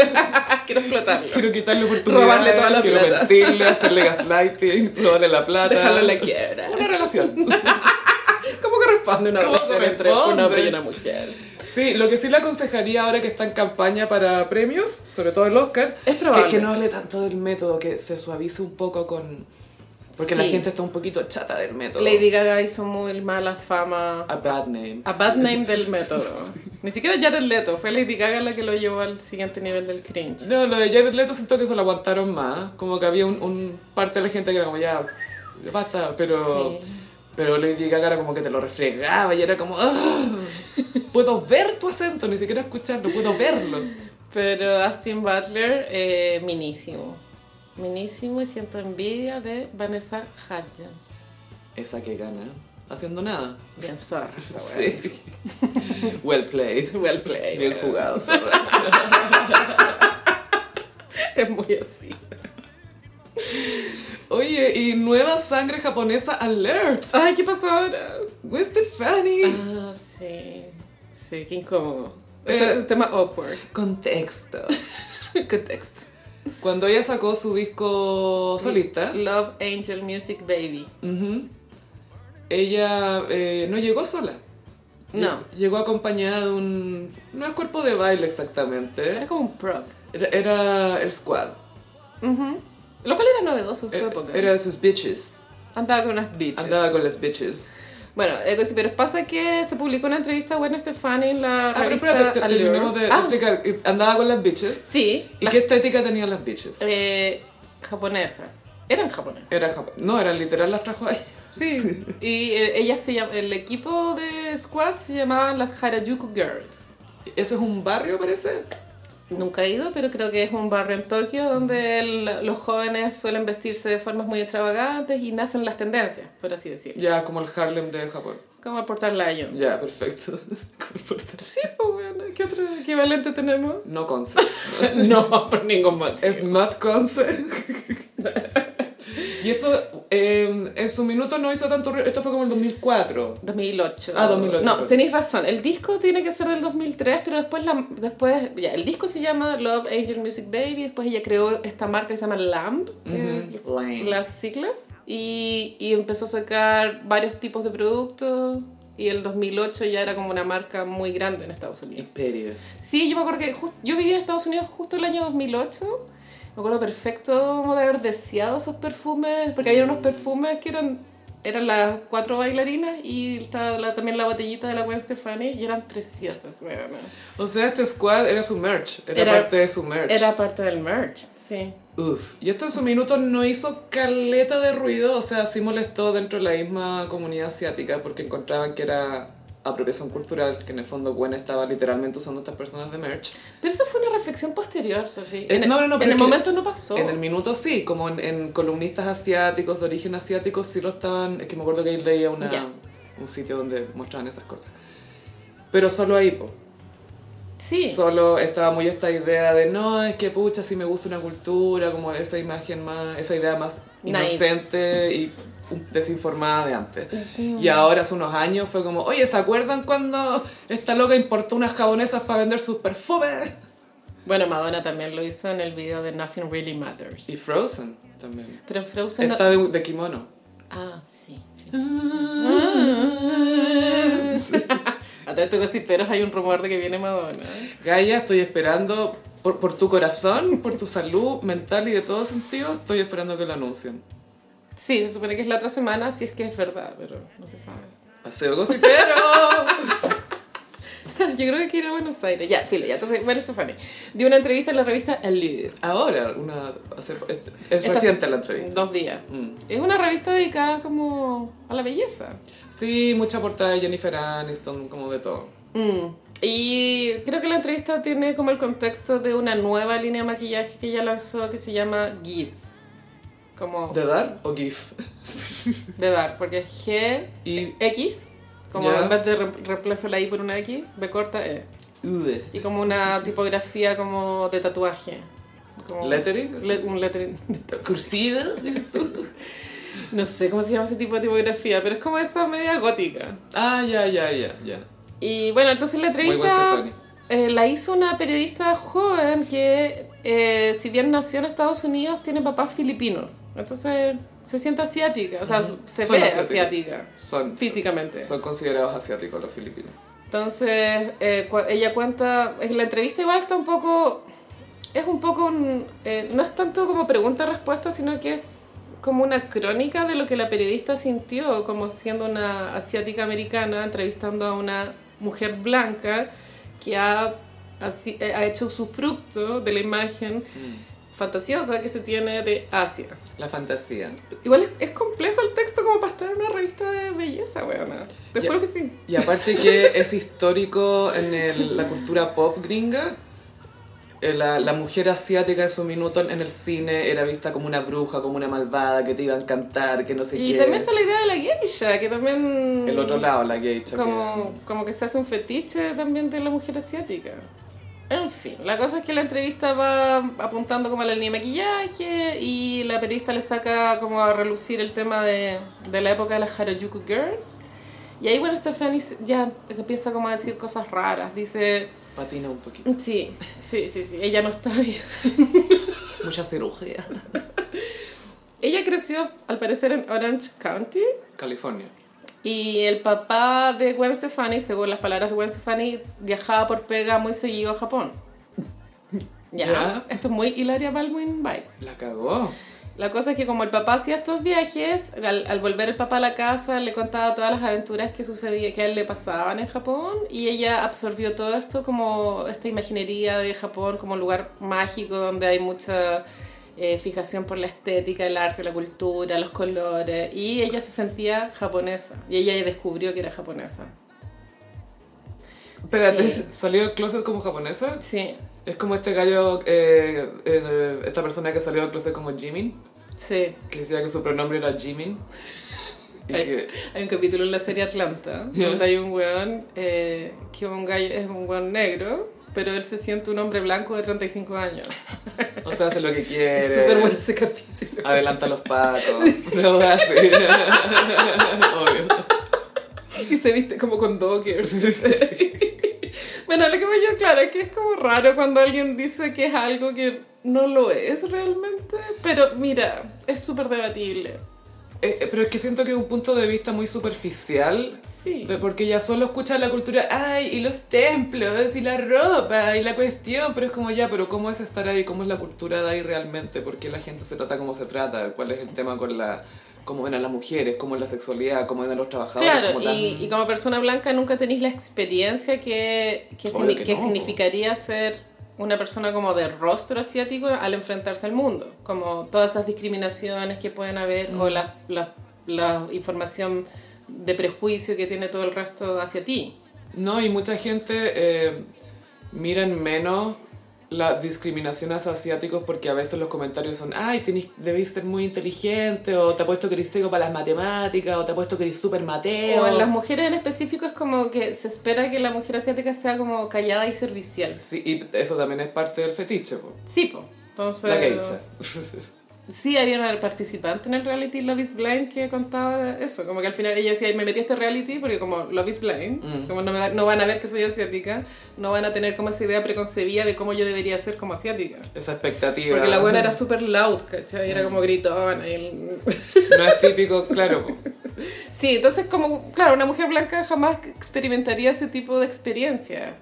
B: Quiero explotarlo.
A: Quiero quitarle oportunidades,
B: Robarle toda la
A: quiero
B: plata.
A: mentirle, hacerle gaslighting, robarle la plata.
B: Dejarlo en la quiebra.
A: Una relación.
B: ¿Cómo corresponde una
A: ¿Cómo
B: relación entre un
A: corresponde?
B: hombre y una mujer?
A: Sí, lo que sí le aconsejaría ahora que está en campaña para premios, sobre todo el Oscar,
B: Es probable.
A: Que, que no hable tanto del método, que se suavice un poco con... Porque la
B: Sí.
A: gente está un poquito chata del método.
B: Lady Gaga hizo muy mala fama.
A: A bad name.
B: A bad name del método. Ni siquiera Jared Leto. Fue Lady Gaga la que lo llevó al siguiente nivel del cringe.
A: No, lo de Jared Leto siento que se lo aguantaron más. Como que había un, un parte de la gente que era como ya, basta, pero...
B: Sí.
A: Pero Lady Gaga era como que te lo refregaba y era como, "Ah, puedo ver tu acento, ni siquiera escucharlo, puedo verlo.
B: Pero Austin Butler, eh, minísimo. Minísimo y siento envidia de Vanessa Hudgens.
A: Esa que gana, haciendo nada.
B: Bien zorra esa wea.
A: Sí. Well played.
B: Well played,
A: Bien
B: weón.
A: jugado, zorra.
B: Es muy así.
A: Oye, y nueva sangre japonesa alert.
B: Ay, ¿qué pasó ahora?
A: Gwen Stefani.
B: Ah, sí. Sí, qué incómodo. Este
A: Eh.
B: es un tema awkward.
A: Contexto.
B: Contexto.
A: Cuando ella sacó su disco solista,
B: Love Angel Music Baby.
A: ujú, ella eh, no llegó sola.
B: No.
A: Lle- Llegó acompañada de un... No es cuerpo de baile
B: Era
A: exactamente.
B: como un prop.
A: Era, era el squad.
B: Ujú. Lo cual era novedoso en su
A: Eh,
B: época.
A: Era de sus bitches.
B: Andaba con unas bitches.
A: Andaba con las bitches.
B: Bueno, eh, pues, pero pasa que se publicó una entrevista a Gwen Stefani en la
A: Ah, pero
B: revista
A: espérate, te-
B: Allure.
A: terminemos de
B: Ah,
A: explicar. Andaba con las bitches.
B: Sí,
A: ¿Y
B: las,
A: qué estética tenían las bitches?
B: eh, japonesa. Eran japonesas.
A: Era Japón. No, eran literal las trajo ahí.
B: Sí. Y eh, ellas se llam- el equipo de squad se llamaba las Harajuku Girls.
A: ¿Eso es un barrio, parece?
B: Nunca he ido, pero creo que es un barrio en Tokio donde el- los jóvenes suelen vestirse de formas muy extravagantes y nacen las tendencias, por así decirlo.
A: Ya, como el Harlem de Japón.
B: Como el Portal Lion.
A: Ya, perfecto. Como el portal.
B: Sí, pues bueno, ¿qué otro equivalente tenemos?
A: No concept.
B: no, por ningún
A: Es
B: motivo.
A: not concept. y esto, eh, en su minuto no hizo tanto ruido. Esto fue como el 2004.
B: 2008.
A: Ah, 2008,
B: No,
A: perdón.
B: tenéis razón. El disco tiene que ser del 2003, pero después, la, después ya, el disco se llama Love Angel Music Baby. Después ella creó esta marca que se llama LAMP, que
A: Ujú,
B: es
A: Lamp.
B: las siglas, y, y empezó a sacar varios tipos de productos. Y el 2008 ya era como una marca muy grande en Estados Unidos.
A: Imperio.
B: Sí, yo me acuerdo que jus- yo viví en Estados Unidos justo el año 2008. Me acuerdo perfecto como de haber deseado esos perfumes, porque había unos perfumes que eran eran las cuatro bailarinas y estaba la- también la botellita de la Gwen Stefani y eran preciosas, weón.
A: O sea, este squad era su merch. Era,
B: Era-
A: parte de su merch.
B: Era parte del merch, sí.
A: Uf. Y esto en su minuto no hizo caleta de ruido. O sea, sí molestó dentro de la misma comunidad asiática porque encontraban que era apropiación cultural, que en el fondo Gwen estaba literalmente usando a estas personas de merch.
B: Pero eso fue una reflexión posterior, Sofi.
A: Eh,
B: En, el-
A: no, no, no,
B: en
A: pero
B: el
A: es que-
B: momento no pasó.
A: En el minuto sí, como en, en columnistas asiáticos, de origen asiático, sí lo estaban... Es que me acuerdo que ahí leía una,
B: Ya.
A: un sitio donde mostraban esas cosas. Pero solo ahí, po.
B: Sí.
A: Solo estaba muy esta idea de, no, es que pucha, si me gusta una cultura, como esa imagen más, esa idea más
B: Naive.
A: inocente y un- desinformada de antes. Y ahora hace unos años fue como, oye, ¿se acuerdan cuando esta loca importó unas japonesas para vender sus perfumes?
B: Bueno, Madonna también lo hizo en el video de Nothing Really Matters.
A: Y Frozen también.
B: Pero en Frozen no-
A: Está de, de kimono.
B: Ah, sí. sí. Ah. A todo esto gossiperos hay un rumor de que viene Madonna.
A: Gaia, estoy esperando por, por tu corazón, por tu salud mental y de todo sentido, estoy esperando que lo anuncien.
B: Sí, se supone que es la otra semana, si es que es verdad, pero no se sabe.
A: Paseo Gocipero.
B: Yo creo que quiere ir a Buenos Aires. Ya, filo, ya. Entonces, bueno, Stefani dio una entrevista en la revista Allure.
A: Ahora, una, hace- es, es
B: Esta
A: reciente
B: se-
A: la entrevista.
B: Dos días.
A: Mm.
B: Es una revista dedicada como a la belleza.
A: Sí, mucha portada de Jennifer Aniston, como de todo.
B: Mm. Y creo que la entrevista tiene como el contexto de una nueva línea de maquillaje que ella lanzó que se llama Give. Como
A: ¿De dar o GIF?
B: de dar, porque es G, eh,
A: Y
B: X, como
A: Ya.
B: en vez de re- reemplazo la I por una X, B corta E.
A: UD.
B: Y como una tipografía como de tatuaje. Como
A: ¿Lettering?
B: le- un lettering.
A: ¿Cursiva?
B: No sé cómo se llama ese tipo de tipografía, pero es como esa media gótica.
A: Ah, ya, ya, ya, ya.
B: Y bueno, entonces la
A: Muy buen
B: entrevista
A: Stefani.
B: eh, la hizo una periodista joven que, eh, si bien nació en Estados Unidos, tiene papás filipinos. Entonces se siente asiática, o sea, su- se
A: Son
B: ve
A: asiáticos.
B: asiática,
A: Son,
B: físicamente.
A: son considerados asiáticos los filipinos.
B: Entonces, eh, cu- ella cuenta, en la entrevista igual está un poco, es un poco, un- eh, no es tanto como pregunta-respuesta, sino que es como una crónica de lo que la periodista sintió, como siendo una asiática americana, entrevistando a una mujer blanca que ha, así- eh, ha hecho usufructo de la imagen fantasiosa que se tiene de Asia.
A: La fantasía.
B: Igual es, es complejo el texto como como para estar en una revista de belleza, weona. Te
A: Ya.
B: juro que sí.
A: Y aparte que es histórico en el- la cultura pop gringa. eh, La, la mujer asiática en su minuto en el cine era vista como una bruja, como una malvada, que te iba a encantar, que no sé
B: Y
A: qué.
B: también está la idea de la geisha, que también...
A: El otro lado, la gay
B: Como, como que se hace un fetiche también de la mujer asiática. En fin, la cosa es que la entrevista va apuntando como a la línea de maquillaje y la periodista le saca como a relucir el tema de, de la época de las Harajuku Girls. Y ahí, bueno, Stephanie ya empieza como a decir cosas raras. Dice,
A: Patina un poquito.
B: sí, sí, sí, sí, ella no está bien.
A: Mucha cirugía.
B: Ella creció, al parecer, en Orange County.
A: California.
B: Y el papá de Gwen Stefani, según las palabras de Gwen Stefani, viajaba por pega muy seguido a Japón. Ya.
A: Ya.
B: Esto es muy Hilaria Baldwin vibes.
A: La cagó.
B: La cosa es que como el papá hacía estos viajes, al, al volver el papá a la casa le contaba todas las aventuras que sucedía, que a él le pasaban en Japón y ella absorbió todo esto como esta imaginería de Japón como un lugar mágico donde hay mucha eh, fijación por la estética, el arte, la cultura, los colores y ella se sentía japonesa y ella descubrió que era japonesa.
A: Espérate,
B: Sí.
A: ¿salió del closet como japonesa?
B: Sí,
A: Es como este gallo, eh, eh, esta persona que salió del closet como Jimin,
B: sí.
A: que decía que su pronombre era Jimin. Y
B: Hay,
A: que,
B: hay un capítulo en la serie Atlanta
A: Ya.
B: donde hay un weón eh, que un gallo, es un weón negro, pero él se siente un hombre blanco de 35 años.
A: o sea, hace lo que quiere.
B: Es súper bueno ese capítulo.
A: Adelanta los patos. Una hueá así. Obvio.
B: Y se viste como con dockers. bueno, lo que me yo claro es que es como raro cuando alguien dice que es algo que no lo es realmente, pero mira, es súper debatible.
A: Eh, eh, pero es que siento que es un punto de vista muy superficial.
B: Sí.
A: de- Eh, Porque ya solo escuchas la cultura, ay, y los templos, y la ropa, y la cuestión, pero es como ya, pero ¿cómo es estar ahí? ¿Cómo es la cultura de ahí realmente? ¿Por qué la gente se trata como se trata? ¿Cuál es el tema con la... cómo ven a las mujeres? ¿Cómo es la sexualidad? ¿Cómo ven a los trabajadores?
B: Claro,
A: ¿Cómo tan-
B: y, y como persona blanca nunca tenéis la experiencia que, que,
A: Obvio
B: signi-
A: que
B: que
A: no,
B: significaría ser una persona como de rostro asiático al enfrentarse al mundo, como todas esas discriminaciones que pueden haber
A: Mm.
B: o la, la- la información de prejuicio que tiene todo el resto hacia ti.
A: No, y mucha gente eh, mira en menos la discriminación hacia asiáticos porque a veces los comentarios son, ay, tenés, debís ser muy inteligente, o te apuesto que eres seco para las matemáticas, o te apuesto que eres súper mateo.
B: O en las mujeres en específico es como que se espera que la mujer asiática sea como callada y servicial.
A: Sí, y eso también es parte del fetiche, po.
B: Sí, po. Entonces...
A: la geisha.
B: Sí, había una participante en el reality Love is Blind que contaba eso, como que al final ella decía, "Ay, me metí a este reality porque como Love is Blind, como no, me va- no van a ver que soy asiática, no van a tener como esa idea preconcebida de cómo yo debería ser como asiática.
A: Esa expectativa.
B: Porque la buena era súper loud, ¿cachai? Era como gritona. y el-
A: No es típico, claro, po.
B: Sí, entonces como, claro, una mujer blanca jamás experimentaría ese tipo de experiencia.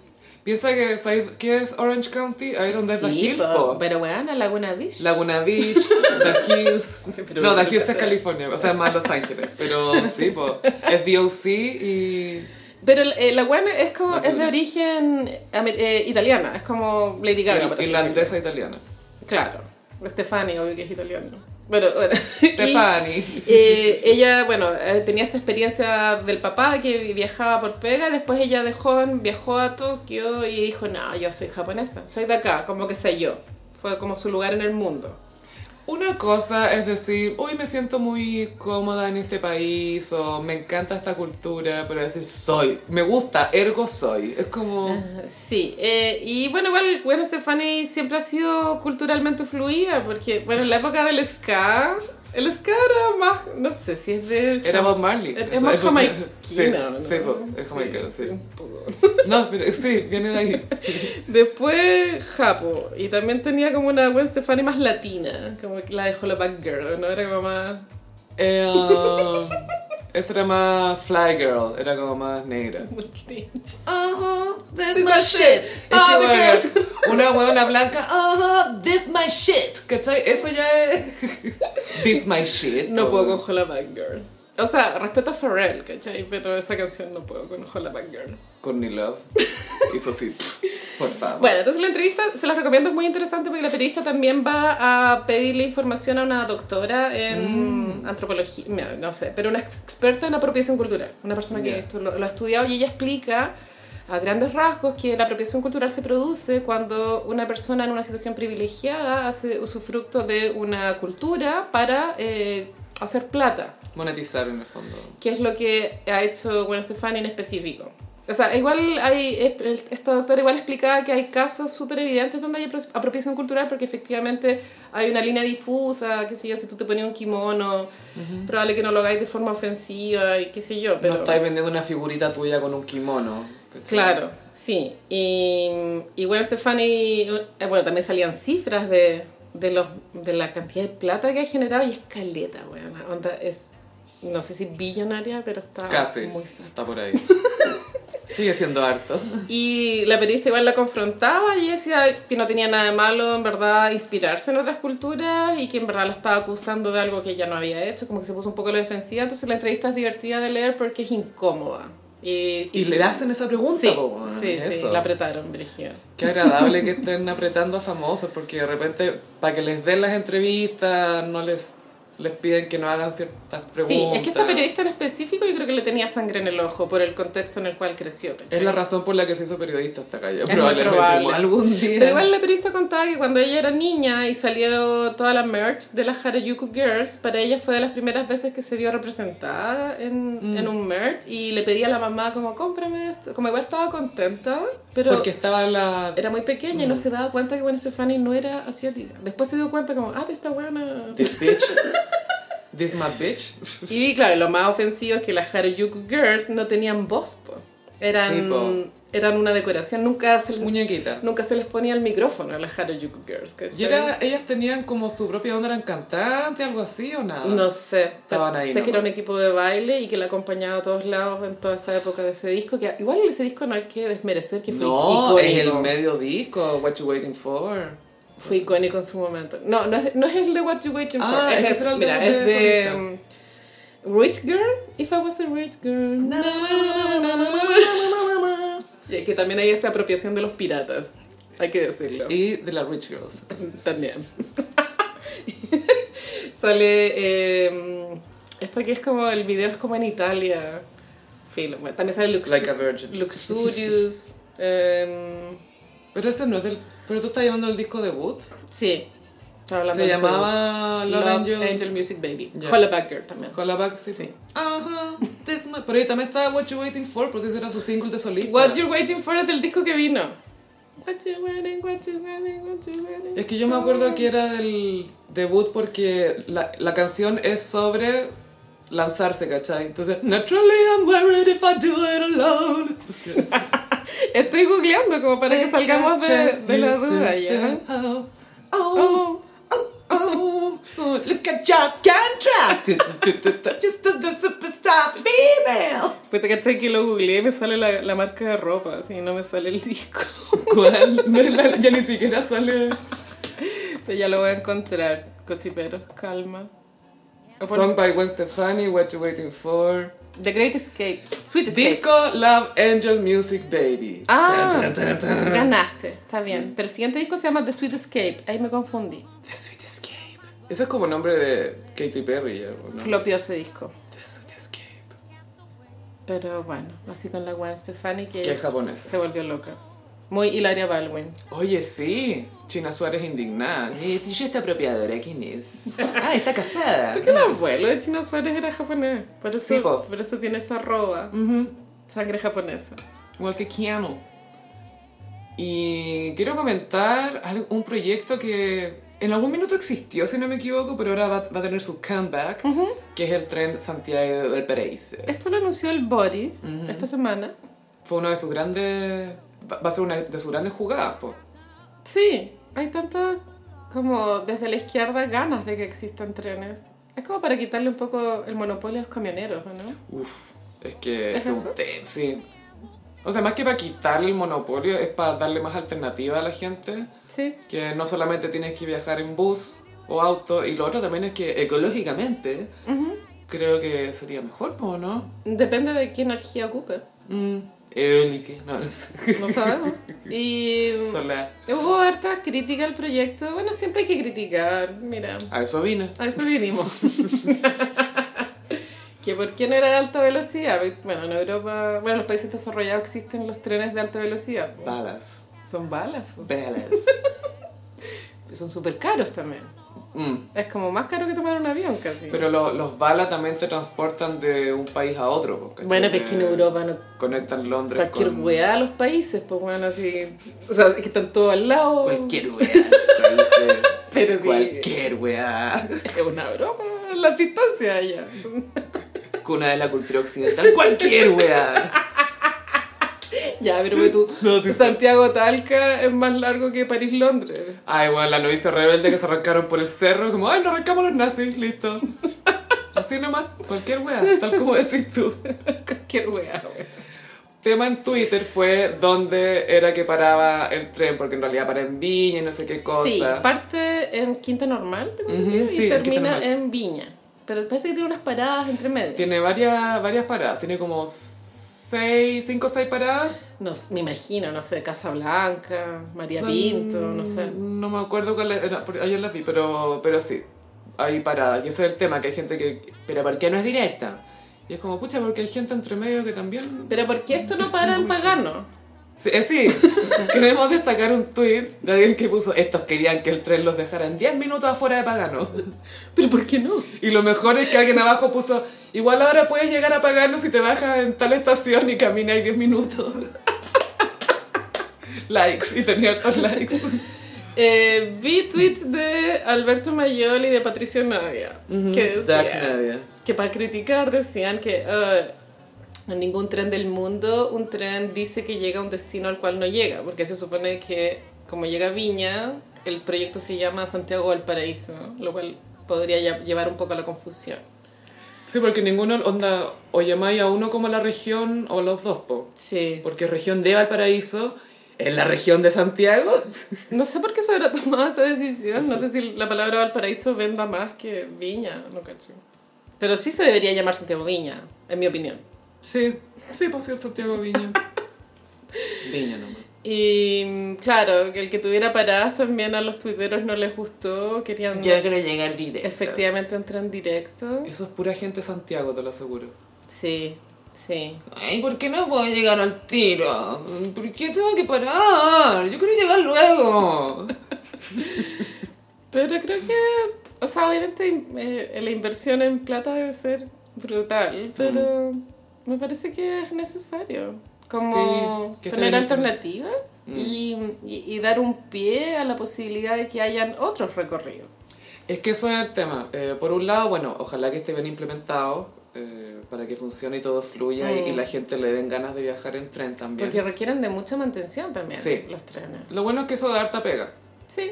A: Piensa que, ¿sabes qué es Orange County? Ahí es donde es The
B: Sí,
A: Hills,
B: po,
A: po.
B: pero bueno, Laguna Beach.
A: Laguna Beach, The Hills.
B: Sí, pero-
A: No, The Hills es California, o sea, más Los Ángeles. Pero sí, pues. Es DOC y.
B: Pero eh, la buena es como, es de
A: Laguna.
B: origen amer- eh, italiana, es como Lady Gaga. por así decirlo.
A: irlandesa italiana.
B: Claro, Stefani, obvio que es italiano. Pero bueno.
A: Stefani.
B: Y, eh, ella, bueno, eh, tenía esta experiencia del papá que vi- viajaba por pega, después ella de joven viajó a Tokio y dijo, no, yo soy japonesa, soy de acá, como que sé yo. Fue como su lugar en el mundo.
A: Una cosa es decir, uy, me siento muy cómoda en este país, o me encanta esta cultura, pero decir, soy, me gusta, ergo soy. Es como.
B: Ah. Sí, eh, y bueno, igual, bueno, Stefani siempre ha sido culturalmente fluida, porque, bueno, en la época del ska, el ska era más, no sé si es de...
A: Era Bob Marley.
B: Es,
A: O sea,
B: más
A: eso-
B: jamaiquino,
A: Sí,
B: ¿no?
A: sí, po, es jamaicano, sí.
B: un poco.
A: No, pero sí, viene de ahí.
B: Después Japo, y también tenía como una Gwen Stefani más latina, como que la dejó la Back Girl, ¿no? Era como más...
A: Eh, um, esa era más Fly Girl, era como más negra.
B: muy cringe.
A: Uh-huh, this
B: This
A: my
B: my
A: shit.
B: shit.
A: Es
B: Ah,
A: que,
B: the
A: bueno,
B: girls.
A: una huevona blanca, uh-huh, this my shit. ¿Cachai? Eso ya es. this my shit.
B: No puedo con Hola Back Girl. O sea, respeto a Pharrell, ¿cachai? Pero esa canción no puedo con Hola Back Girl.
A: Courtney Love. Hizo así. Por favor.
B: Bueno, entonces la entrevista se las recomiendo, es muy interesante porque la periodista también va a pedirle información a una doctora en antropología, mira, no sé, pero una experta en apropiación cultural, una persona que
A: Ya.
B: esto lo, lo ha estudiado y ella explica a grandes rasgos que la apropiación cultural se produce cuando una persona en una situación privilegiada hace usufructo de una cultura para eh, hacer plata
A: Monetizar en el fondo.
B: que es lo que ha hecho Gwen Stefani en específico. O sea, igual hay, esta doctora igual explicaba que hay casos súper evidentes donde hay apro- apropiación cultural porque efectivamente hay una línea difusa, qué sé yo, si tú te pones un kimono, probable que no lo hagáis de forma ofensiva y qué sé yo, pero...
A: No estáis vendiendo una figurita tuya con un kimono. ¿cachai?
B: Claro, sí. Y, y bueno, Stefani, eh, bueno, también salían cifras de, de, los, de la cantidad de plata que ha generado y es caleta, weón. Onda es, no sé si billonaria, pero está
A: Casi.
B: muy cerca.
A: Está por ahí. Sigue siendo harto.
B: Y la periodista igual la confrontaba y decía que no tenía nada de malo en verdad inspirarse en otras culturas y que en verdad la estaba acusando de algo que ella no había hecho, como que se puso un poco a la defensiva, entonces la entrevista es divertida de leer porque es incómoda. Y,
A: Y le hacen esa pregunta,
B: Sí,
A: po, weón,
B: sí, sí,
A: eso.
B: la apretaron, Brigida.
A: Qué agradable que estén apretando a famosos, porque de repente, para que les den las entrevistas, no les, les piden que no hagan ciertas
B: Sí,
A: preguntas.
B: es que esta periodista en específico yo creo que le tenía sangre en el ojo por el contexto en el cual creció. ¿cachai?
A: Es la razón por la que se hizo periodista esta calle,
B: Es muy
A: probablemente
B: probable.
A: como algún día.
B: Pero igual la periodista contaba que cuando ella era niña y salieron toda la merch de las Harajuku Girls, para ella fue de las primeras veces que se vio representada en,
A: Mm.
B: en un merch y le pedía a la mamá como, cómprame esto. Como igual estaba contenta, pero
A: Porque Mm. estaba la...
B: era muy pequeña y no se daba cuenta que Gwen Stefani no era asiática. Después se dio cuenta como, ah, pero esta buena...
A: This bitch. This my bitch.
B: Y claro, lo más ofensivo es que las Harajuku Girls no tenían voz, po. Eran,
A: Sí, po.
B: eran una decoración, nunca se, les,
A: Muñequita.
B: nunca se les ponía el micrófono a las Harajuku Girls. ¿cachai?
A: Y era, ellas tenían como su propia onda, eran cantantes, algo así o nada.
B: No sé, pues,
A: Estaban ahí
B: sé que era
A: nomás.
B: un equipo de baile y que la acompañaba a todos lados en toda esa época de ese disco, que igual ese disco no hay que desmerecer que fue
A: No, es el
B: icónico.
A: medio disco, What You Waiting For.
B: Fue icónico en su momento. No, no es, no es el de What You Waiting
A: Ah,
B: For.
A: es
B: Es,
A: que
B: el-
A: ese era el
B: mira,
A: de-
B: es de
A: solista.
B: um, Rich Girl. If I was a rich girl. Y que también hay esa apropiación de los piratas. Hay que decirlo.
A: Y de las Rich Girls.
B: También. Sale. eh, esto que es como. El video es como en Italia. Filo, bueno, También sale Luxu-
A: Like a Virgin.
B: Luxurious. em,
A: Pero ese no es del. Pero tú estás llevando el disco debut.
B: sí. Estaba hablando
A: Se
B: de-
A: llamaba Love,
B: Love
A: Angel.
B: Music Baby.
A: Ya.
B: Hollaback Girl también.
A: Con la back, sí.
B: Sí.
A: Ajá. this my- Pero ahí también estaba What You Waiting For, porque ese era su single de solista.
B: What You're Waiting For es del disco que vino. What you waiting, what you waiting, what you waiting
A: Es que yo me acuerdo que era del debut porque la, la canción es sobre lanzarse, ¿cachai? Entonces, naturally I'm worried if I do it alone.
B: for. Estoy googleando como para que salgamos de, de la duda ya.
A: Oh, oh, oh, oh, look at your contract. Just the superstar female.
B: Pues te cachai que lo googleé y me sale la, la marca de ropa, así no me sale el disco.
A: ¿Cuál? No, la- ya ni siquiera sale.
B: Pero ya lo voy a encontrar, cosiperos, calma. O por-
A: Song by Gwen Stefani, What You Waiting For.
B: The Great Escape, Sweet Escape.
A: Disco Love Angel Music Baby.
B: Ah.
A: Tan, tan, tan, tan.
B: Ganaste, está bien. Pero el siguiente disco se llama The Sweet Escape, ahí me confundí.
A: The Sweet Escape. Ese es como nombre de Katy Perry, ¿eh? ¿O ¿no?
B: Flopió ese disco.
A: The Sweet Escape.
B: Pero bueno, así con la Gwen Stefani que
A: Que es japonés.
B: se volvió loca. Muy Hilaria Baldwin.
A: Oye, sí. China Suárez indignada. ¿Y Eh, esta apropiadora quién es? Ah, está casada.
B: Creo que el abuelo de Chino Suárez era japonés. Por eso,
A: Sí, po.
B: por eso tiene esa roba. Sangre japonesa.
A: Igual que Keanu. Y quiero comentar al- un proyecto que en algún minuto existió, si no me equivoco, pero ahora va, va a tener su comeback, que es el tren Santiago del Paraíso.
B: Esto lo anunció el Boris esta semana.
A: Fue uno de sus grandes... Va va a ser una de sus grandes jugadas, po.
B: Sí, hay tanto como desde la izquierda ganas de que existan trenes. Es como para quitarle un poco el monopolio a los camioneros, ¿o ¿no?
A: Uf, es que
B: ¿Es
A: es un
B: eso?
A: tema, sí. O sea, más que para quitarle el monopolio, es para darle más alternativa a la gente.
B: Sí.
A: Que no solamente tienes que viajar en bus o auto, y lo otro también es que ecológicamente creo que sería mejor, po, ¿no?
B: Depende de qué energía ocupe.
A: Mm, Eólica, no, no sé.
B: no sabemos. Y
A: Mm. Solar.
B: hubo harta crítica al proyecto. Bueno, siempre hay que criticar, mira.
A: A eso vine.
B: A eso vinimos. que por qué no era de alta velocidad. Bueno, en Europa, bueno, en los países desarrollados existen los trenes de alta velocidad. po.
A: Balas.
B: Son balas. po.
A: Balas.
B: Son súper caros también.
A: Mm.
B: Es como más caro que tomar un avión casi.
A: Pero lo- los balas también te transportan de un país a otro. po, ¿cachai? Eh,
B: bueno, pero es que en Europa no
A: Conectan Londres
B: cualquier
A: con...
B: weá a los países, pues bueno, así. O sea, es que están todos al lado.
A: Cualquier weá. países.
B: Pero sí.
A: Cualquier weá.
B: Es una broma la distancia allá.
A: Cuna de la cultura occidental. Cualquier weá.
B: ya, pero ve tú,
A: No, sí, sí.
B: Santiago Talca es más largo que París-Londres.
A: Ay, bueno, Ah, la novicia rebelde que se arrancaron por el cerro, como, ay, nos arrancamos los nazis, listo. Así nomás, cualquier weá, tal como decís tú.
B: Cualquier weá, weá.
A: Tema en Twitter fue dónde era que paraba el tren, porque en realidad para en Viña y no sé qué cosa.
B: Sí, parte en Quinta Normal tengo
A: Ujú,
B: entendido,
A: sí, en
B: y
A: Quinta
B: termina
A: Normal.
B: en Viña. Pero parece que tiene unas paradas entre medio.
A: Tiene varias, varias paradas, tiene como seis, cinco o seis paradas.
B: No sé, me imagino, no sé, Casablanca, María
A: Son-
B: Pinto, no sé.
A: No me acuerdo cuál era, porque ayer las vi, pero, pero sí, hay paradas. Y ese es el tema, que hay gente que, pero ¿por qué no es directa? Y es como, pucha, porque hay gente entre medio que también...
B: Pero ¿por qué esto no para en Pagano?
A: Sí, eh, sí. queremos destacar un tweet de alguien que puso, estos querían que el tren los dejara en 10 minutos afuera de Pagano.
B: ¿Pero por qué no?
A: Y lo mejor es que alguien abajo puso, igual ahora puedes llegar a Pagano si te bajas en tal estación y caminas 10 minutos. likes, y tenía hartos likes.
B: Eh, vi tweets de Alberto Mayol y de Patricio Navia que decían que para criticar decían que eh, en ningún tren del mundo un tren dice que llega a un destino al cual no llega, porque se supone que como llega a Viña, el proyecto se llama Santiago al Paraíso, lo cual podría ya- llevar un poco a la confusión.
A: Sí, porque ninguno, onda, o llamáis a uno como la región o los dos, po.
B: Sí.
A: Porque región de Valparaíso es la región de Santiago.
B: No sé por qué se habrá tomado esa decisión, no sé si la palabra Valparaíso venda más que Viña, no cacho. Pero sí se debería llamar Santiago Viña, en mi opinión.
A: Sí, sí, pues sí, es Santiago Viña. Viña nomás.
B: Y mm, claro, que el que tuviera paradas también a los tuiteros no les gustó, querían
A: quiero llegar directo.
B: efectivamente un tren directo.
A: Eso es pura gente de Santiago, te lo aseguro.
B: Sí, sí.
A: Ay, ¿por qué no puedo llegar al tiro? ¿Por qué tengo que parar? Yo quiero llegar luego.
B: Pero creo que, o sea, obviamente eh, la inversión en plata debe ser brutal, pero me parece que es necesario. Como
A: Sí, que
B: poner
A: está bien.
B: alternativa y, y- y dar un pie a la posibilidad de que hayan otros recorridos.
A: Es que eso es el tema. Eh, por un lado, bueno, ojalá que esté bien implementado eh, para que funcione y todo fluya y, y la gente le den ganas de viajar en tren también.
B: Porque requieren de mucha mantención también
A: Sí.
B: los trenes.
A: Lo bueno es que eso da harta pega.
B: Sí,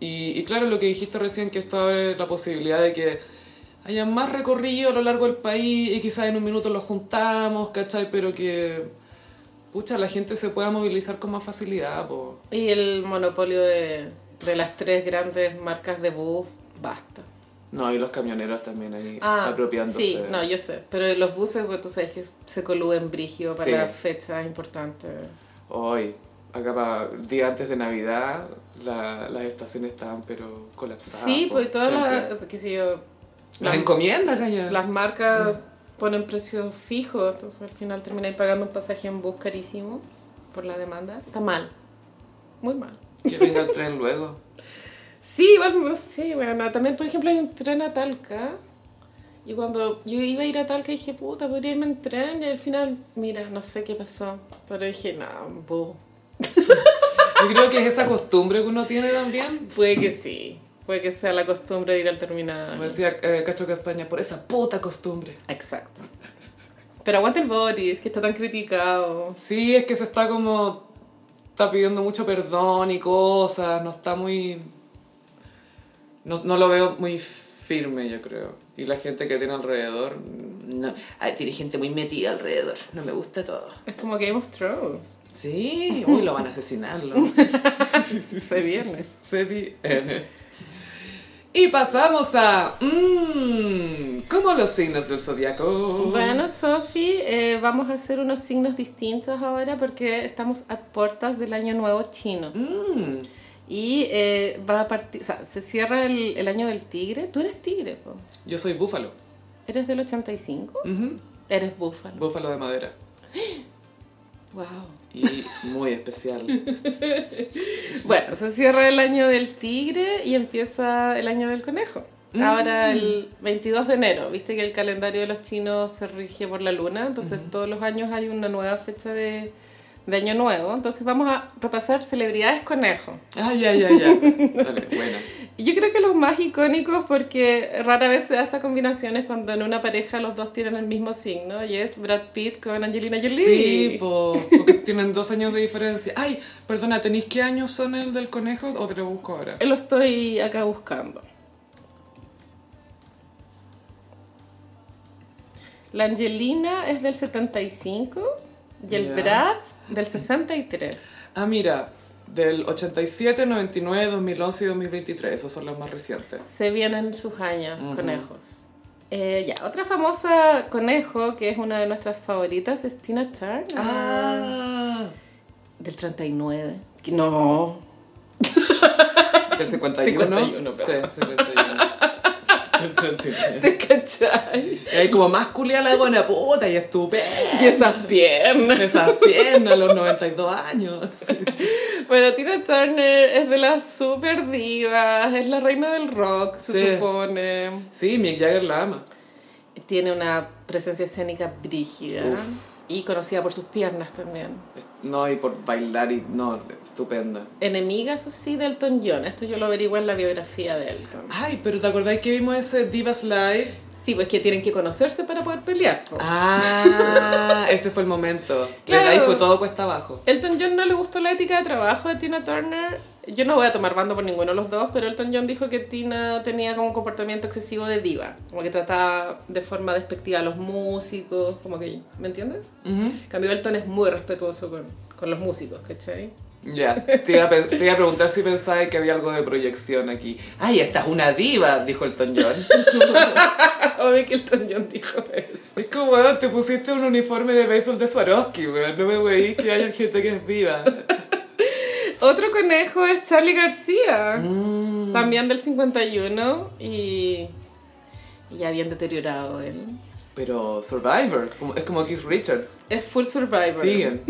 A: Y, y claro, lo que dijiste recién, que esto abre la posibilidad de que haya más recorrido a lo largo del país y quizás en un minuto lo juntamos, ¿cachai? Pero que, pucha, la gente se pueda movilizar con más facilidad, po.
B: Y el monopolio de, de las tres grandes marcas de bus, basta.
A: No, y los camioneros también ahí apropiándose.
B: Ah, Sí, no, yo sé. Pero los buses, pues, tú sabes que se coluden brigio para
A: Sí.
B: fechas importantes.
A: Hoy, acá para día antes de Navidad, la- las estaciones estaban pero colapsadas.
B: sí,
A: po,
B: pues todas
A: Ah, siempre.
B: las, qué sé yo,
A: Las
B: las-
A: encomiendas, calla.
B: las marcas ponen precios fijos, entonces al final termináis pagando un pasaje en bus carísimo por la demanda. Está mal, muy mal.
A: Que venga el tren luego.
B: Sí, igual, no sé, bueno, también, por ejemplo, hay un tren a Talca. Y cuando yo iba a ir a Talca dije, puta, podría irme en tren. Y al final, mira, no sé qué pasó. Pero dije, no, bu".
A: Yo creo que es esa costumbre que uno tiene también.
B: Puede que sí. Puede que sea la costumbre de ir al terminal.
A: Como decía eh, Castro Castaña, por esa puta costumbre.
B: Exacto. Pero aguanta el Boris, que está tan criticado.
A: Sí, es que se está como. Está pidiendo mucho perdón y cosas, no está muy. No, no lo veo muy firme, yo creo. Y la gente que tiene alrededor. No, ah, tiene gente muy metida alrededor. No me gusta todo.
B: Es como Game of Thrones.
A: Sí, uy, lo van a asesinarlo.
B: Se viene.
A: eh. Se vi- Y pasamos a. Mmm, ¿Cómo Conozco los signos del zodiaco.
B: Bueno, Sofi, eh, vamos a hacer unos signos distintos ahora porque estamos a puertas del año nuevo chino.
A: Mm,
B: Y eh, va a partir, o sea, se cierra el, el año del tigre. Tú eres tigre, po.
A: Yo soy búfalo.
B: ¿Eres del 85?
A: Ujú.
B: Eres búfalo.
A: Búfalo de madera.
B: Wow.
A: Y muy especial.
B: Bueno, se cierra el año del tigre y empieza el año del conejo. Ahora el 22 de enero, viste que el calendario de los chinos se rige por la luna, entonces todos los años hay una nueva fecha de, de año nuevo. Entonces vamos a repasar celebridades conejo.
A: Ay, ay, ay, ay. Dale, bueno.
B: Y Yo creo que los más icónicos porque rara vez se da esa combinación es cuando en una pareja los dos tienen el mismo signo y es Brad Pitt con Angelina Jolie.
A: Sí, po, porque tienen dos años de diferencia. Ay, perdona, ¿tenéis qué años son el del conejo o te lo busco ahora?
B: Lo estoy acá buscando. La Angelina es del 75 y el
A: Ya.
B: Brad del 63.
A: Ah, mira, del 87, 99, 2011 y 2023. Esos son los más recientes.
B: Se vienen sus años, conejos. Eh, ya, otra famosa conejo que es una de nuestras favoritas es Tina Turner.
A: Ah,
B: Del 39. Que- No.
A: del 51.
B: 51,
A: sí, 51. Del 39.
B: ¿Te cachai?
A: Y hay como más culia la buena puta y estupenda.
B: Y esas piernas.
A: Esas piernas a los 92 años.
B: Bueno, Tina Turner es de las super divas, es la reina del rock, se
A: Sí.
B: supone.
A: Sí, Mick Jagger la ama.
B: Tiene una presencia escénica brígida
A: Uf.
B: y conocida por sus piernas también.
A: No, y por bailar y no, estupenda.
B: Enemiga, eso sí, de Elton John. Esto yo lo averigué en la biografía de Elton.
A: Ay, pero ¿te acordáis que vimos ese Divas Live?
B: Sí, pues que tienen que conocerse para poder pelear. po.
A: Ah, ese fue el momento.
B: Claro.
A: Ahí fue todo cuesta abajo.
B: Elton John no le gustó la ética de trabajo de Tina Turner. Yo no voy a tomar bando por ninguno de los dos, pero Elton John dijo que Tina tenía como un comportamiento excesivo de diva, como que trataba de forma despectiva a los músicos, como que, ¿me entiendes?
A: Ujú.
B: En cambio, Elton es muy respetuoso con, con los músicos, ¿cachai?
A: Ya, te, iba a pe- te iba a preguntar si pensabas que había algo de proyección aquí. ¡Ay, esta es una diva! Dijo Elton John.
B: Obvio que Elton John dijo eso.
A: Es como, weón, te pusiste un uniforme de béisbol de Swarovski, weón. No me veí que haya gente que es diva.
B: Otro conejo es Charlie García,
A: Mm,
B: también del 51, y, y ya bien deteriorado él.
A: Pero Survivor, como- es como Keith Richards.
B: Es full survivor.
A: Siguen.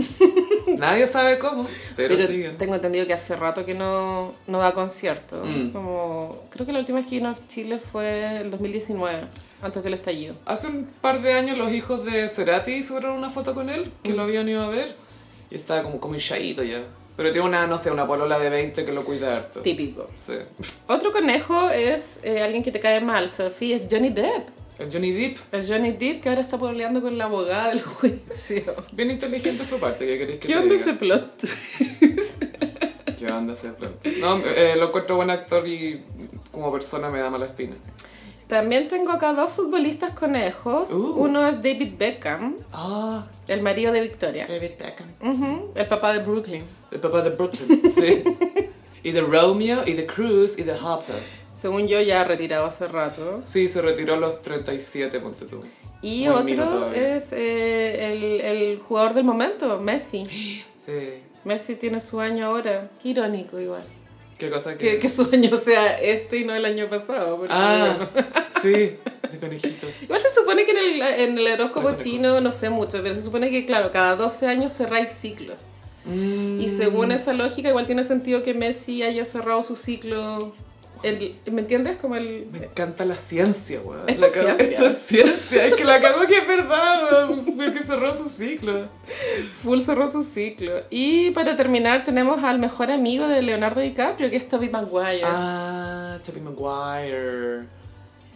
A: Nadie sabe cómo, pero,
B: Pero
A: siguen.
B: tengo entendido que hace rato que no, no da concierto.
A: Mm.
B: Como, creo que la última vez que vino a Chile fue el 2019, antes del estallido.
A: Hace un par de años los hijos de Cerati subieron una foto con él, que lo habían ido a ver, y estaba como, como hinchadito ya. Pero tiene una, no sé, una polola de 20 que lo cuida harto.
B: Típico.
A: Sí.
B: Otro conejo es eh, alguien que te cae mal, Sophie, es Johnny Depp.
A: El Johnny Depp,
B: El Johnny Depp que ahora está pololeando con la abogada del juicio.
A: bien inteligente de su parte, ¿qué queréis que
B: ¿Qué
A: te
B: onda
A: diga?
B: ese plot?
A: ¿Qué onda ese plot? No, eh, lo encuentro buen actor y como persona me da mala espina.
B: También tengo acá dos futbolistas conejos.
A: Uh.
B: Uno es David Beckham,
A: Ah,
B: el marido de Victoria.
A: David Beckham.
B: Ujú, el papá de Brooklyn.
A: El papá de Brooklyn, sí. Y de Romeo, y de Cruz, y de Hopper.
B: Según yo ya retirado hace rato.
A: Sí, se retiró a los 37, ponte tú.
B: Y
A: Buen vino
B: otro
A: todavía.
B: es eh, el, el jugador del momento, Messi.
A: Sí.
B: Messi tiene su año ahora. Qué irónico igual.
A: ¿Qué cosa
B: Que, que su año sea este y no el año pasado. porque, bueno.
A: Ah, sí, de conejito.
B: Igual se supone que en el, en el horóscopo
A: Pero te
B: chino, no sé mucho, pero se supone que, claro, cada 12 años cerráis ciclos.
A: Mm.
B: Y según esa lógica, igual tiene sentido que Messi haya cerrado su ciclo. el- ¿Me entiendes? Como el...
A: Me encanta la ciencia, weón.
B: Esto
A: La
B: es
A: cago-
B: ciencia.
A: Esto es ciencia. Es que la cago que es verdad, weón. Porque cerró su ciclo.
B: Full cerró su ciclo. Y para terminar, tenemos al mejor amigo de Leonardo DiCaprio, que es Tobey Maguire.
A: Ah, Tobey Maguire.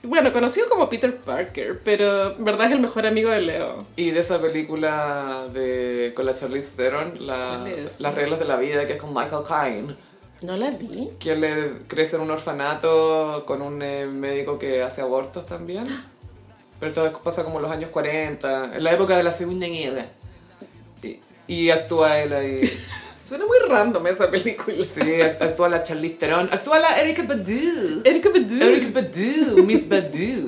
B: Bueno, conocido como Peter Parker, pero en verdad es el mejor amigo de Leo.
A: Y de esa película de, con la Charlize Theron, la-
B: ¿Cuál es?
A: Las reglas de la vida, que es con Michael Caine,
B: No la vi.
A: quien le crece en un orfanato con un eh, médico que hace abortos también. Pero todo esto pasa como en los años 40, en la época de la Segunda Guerra. Y, y actúa él ahí.
B: Suena muy random esa película.
A: Sí, act- actúa la Charlize Theron, actúa la Erika Badu.
B: Erika Badu.
A: Erika Badu, Miss Badu.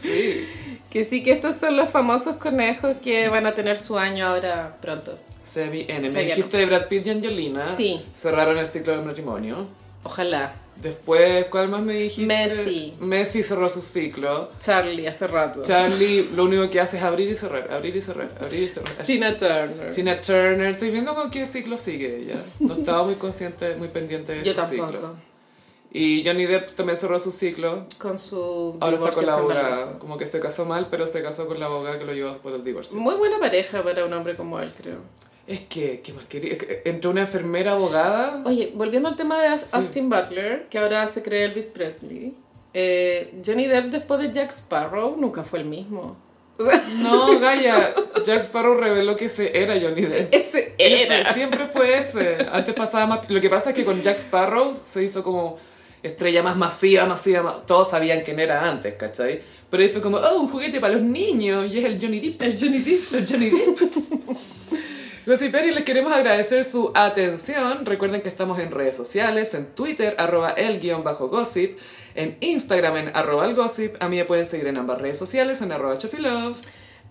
A: Sí.
B: Que sí, que estos son los famosos conejos que van a tener su año ahora pronto.
A: Semi N. Me
B: Sevillano.
A: dijiste de Brad Pitt y Angelina.
B: Sí.
A: Cerraron el ciclo del matrimonio.
B: Ojalá.
A: Después, ¿cuál más me dijiste?
B: Messi.
A: Messi cerró su ciclo.
B: Charlie, hace rato.
A: Charlie lo único que hace es abrir y cerrar, abrir y cerrar, abrir y cerrar.
B: Tina Turner.
A: Tina Turner, estoy viendo con qué ciclo sigue ella. No estaba muy consciente, muy pendiente de
B: Yo
A: su
B: tampoco.
A: ciclo. Y Johnny Depp también cerró su ciclo.
B: Con su
A: Ahora está
B: divorcio
A: con la abogada.
B: escandaloso.
A: Como que se casó mal, pero se casó con la abogada que lo llevó después del divorcio.
B: Muy buena pareja para un hombre como él, creo.
A: Es que, ¿qué más quería? Es que Entró una enfermera abogada.
B: Oye, volviendo al tema de Aus- Austin Butler, que ahora se cree Elvis Presley, eh, Johnny Depp después de Jack Sparrow nunca fue el mismo. O sea,
A: No, Gaia, Jack Sparrow reveló que ese era Johnny Depp.
B: ese era.
A: Ese, siempre fue ese. Antes pasaba más... Lo que pasa es que con Jack Sparrow se hizo como estrella más masiva, masiva, ma- Todos sabían quién era antes, ¿cachai? Pero ahí fue como, oh, un juguete para los niños. Y es el Johnny Depp.
B: El Johnny Depp.
A: El Johnny Depp. Gossip Berry, les queremos agradecer su atención. Recuerden que estamos en redes sociales, en Twitter, arroba el guión bajo gossip, en Instagram, en arroba el gossip. A mí me pueden seguir en ambas redes sociales, en arroba chofilove.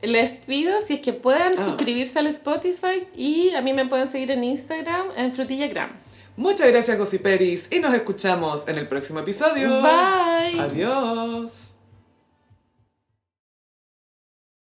B: Les pido si es que puedan
A: Ah.
B: suscribirse al Spotify y a mí me pueden seguir en Instagram en frutillagram.
A: Muchas gracias, Gossiperis, y nos escuchamos en el próximo episodio.
B: Bye.
A: Adiós.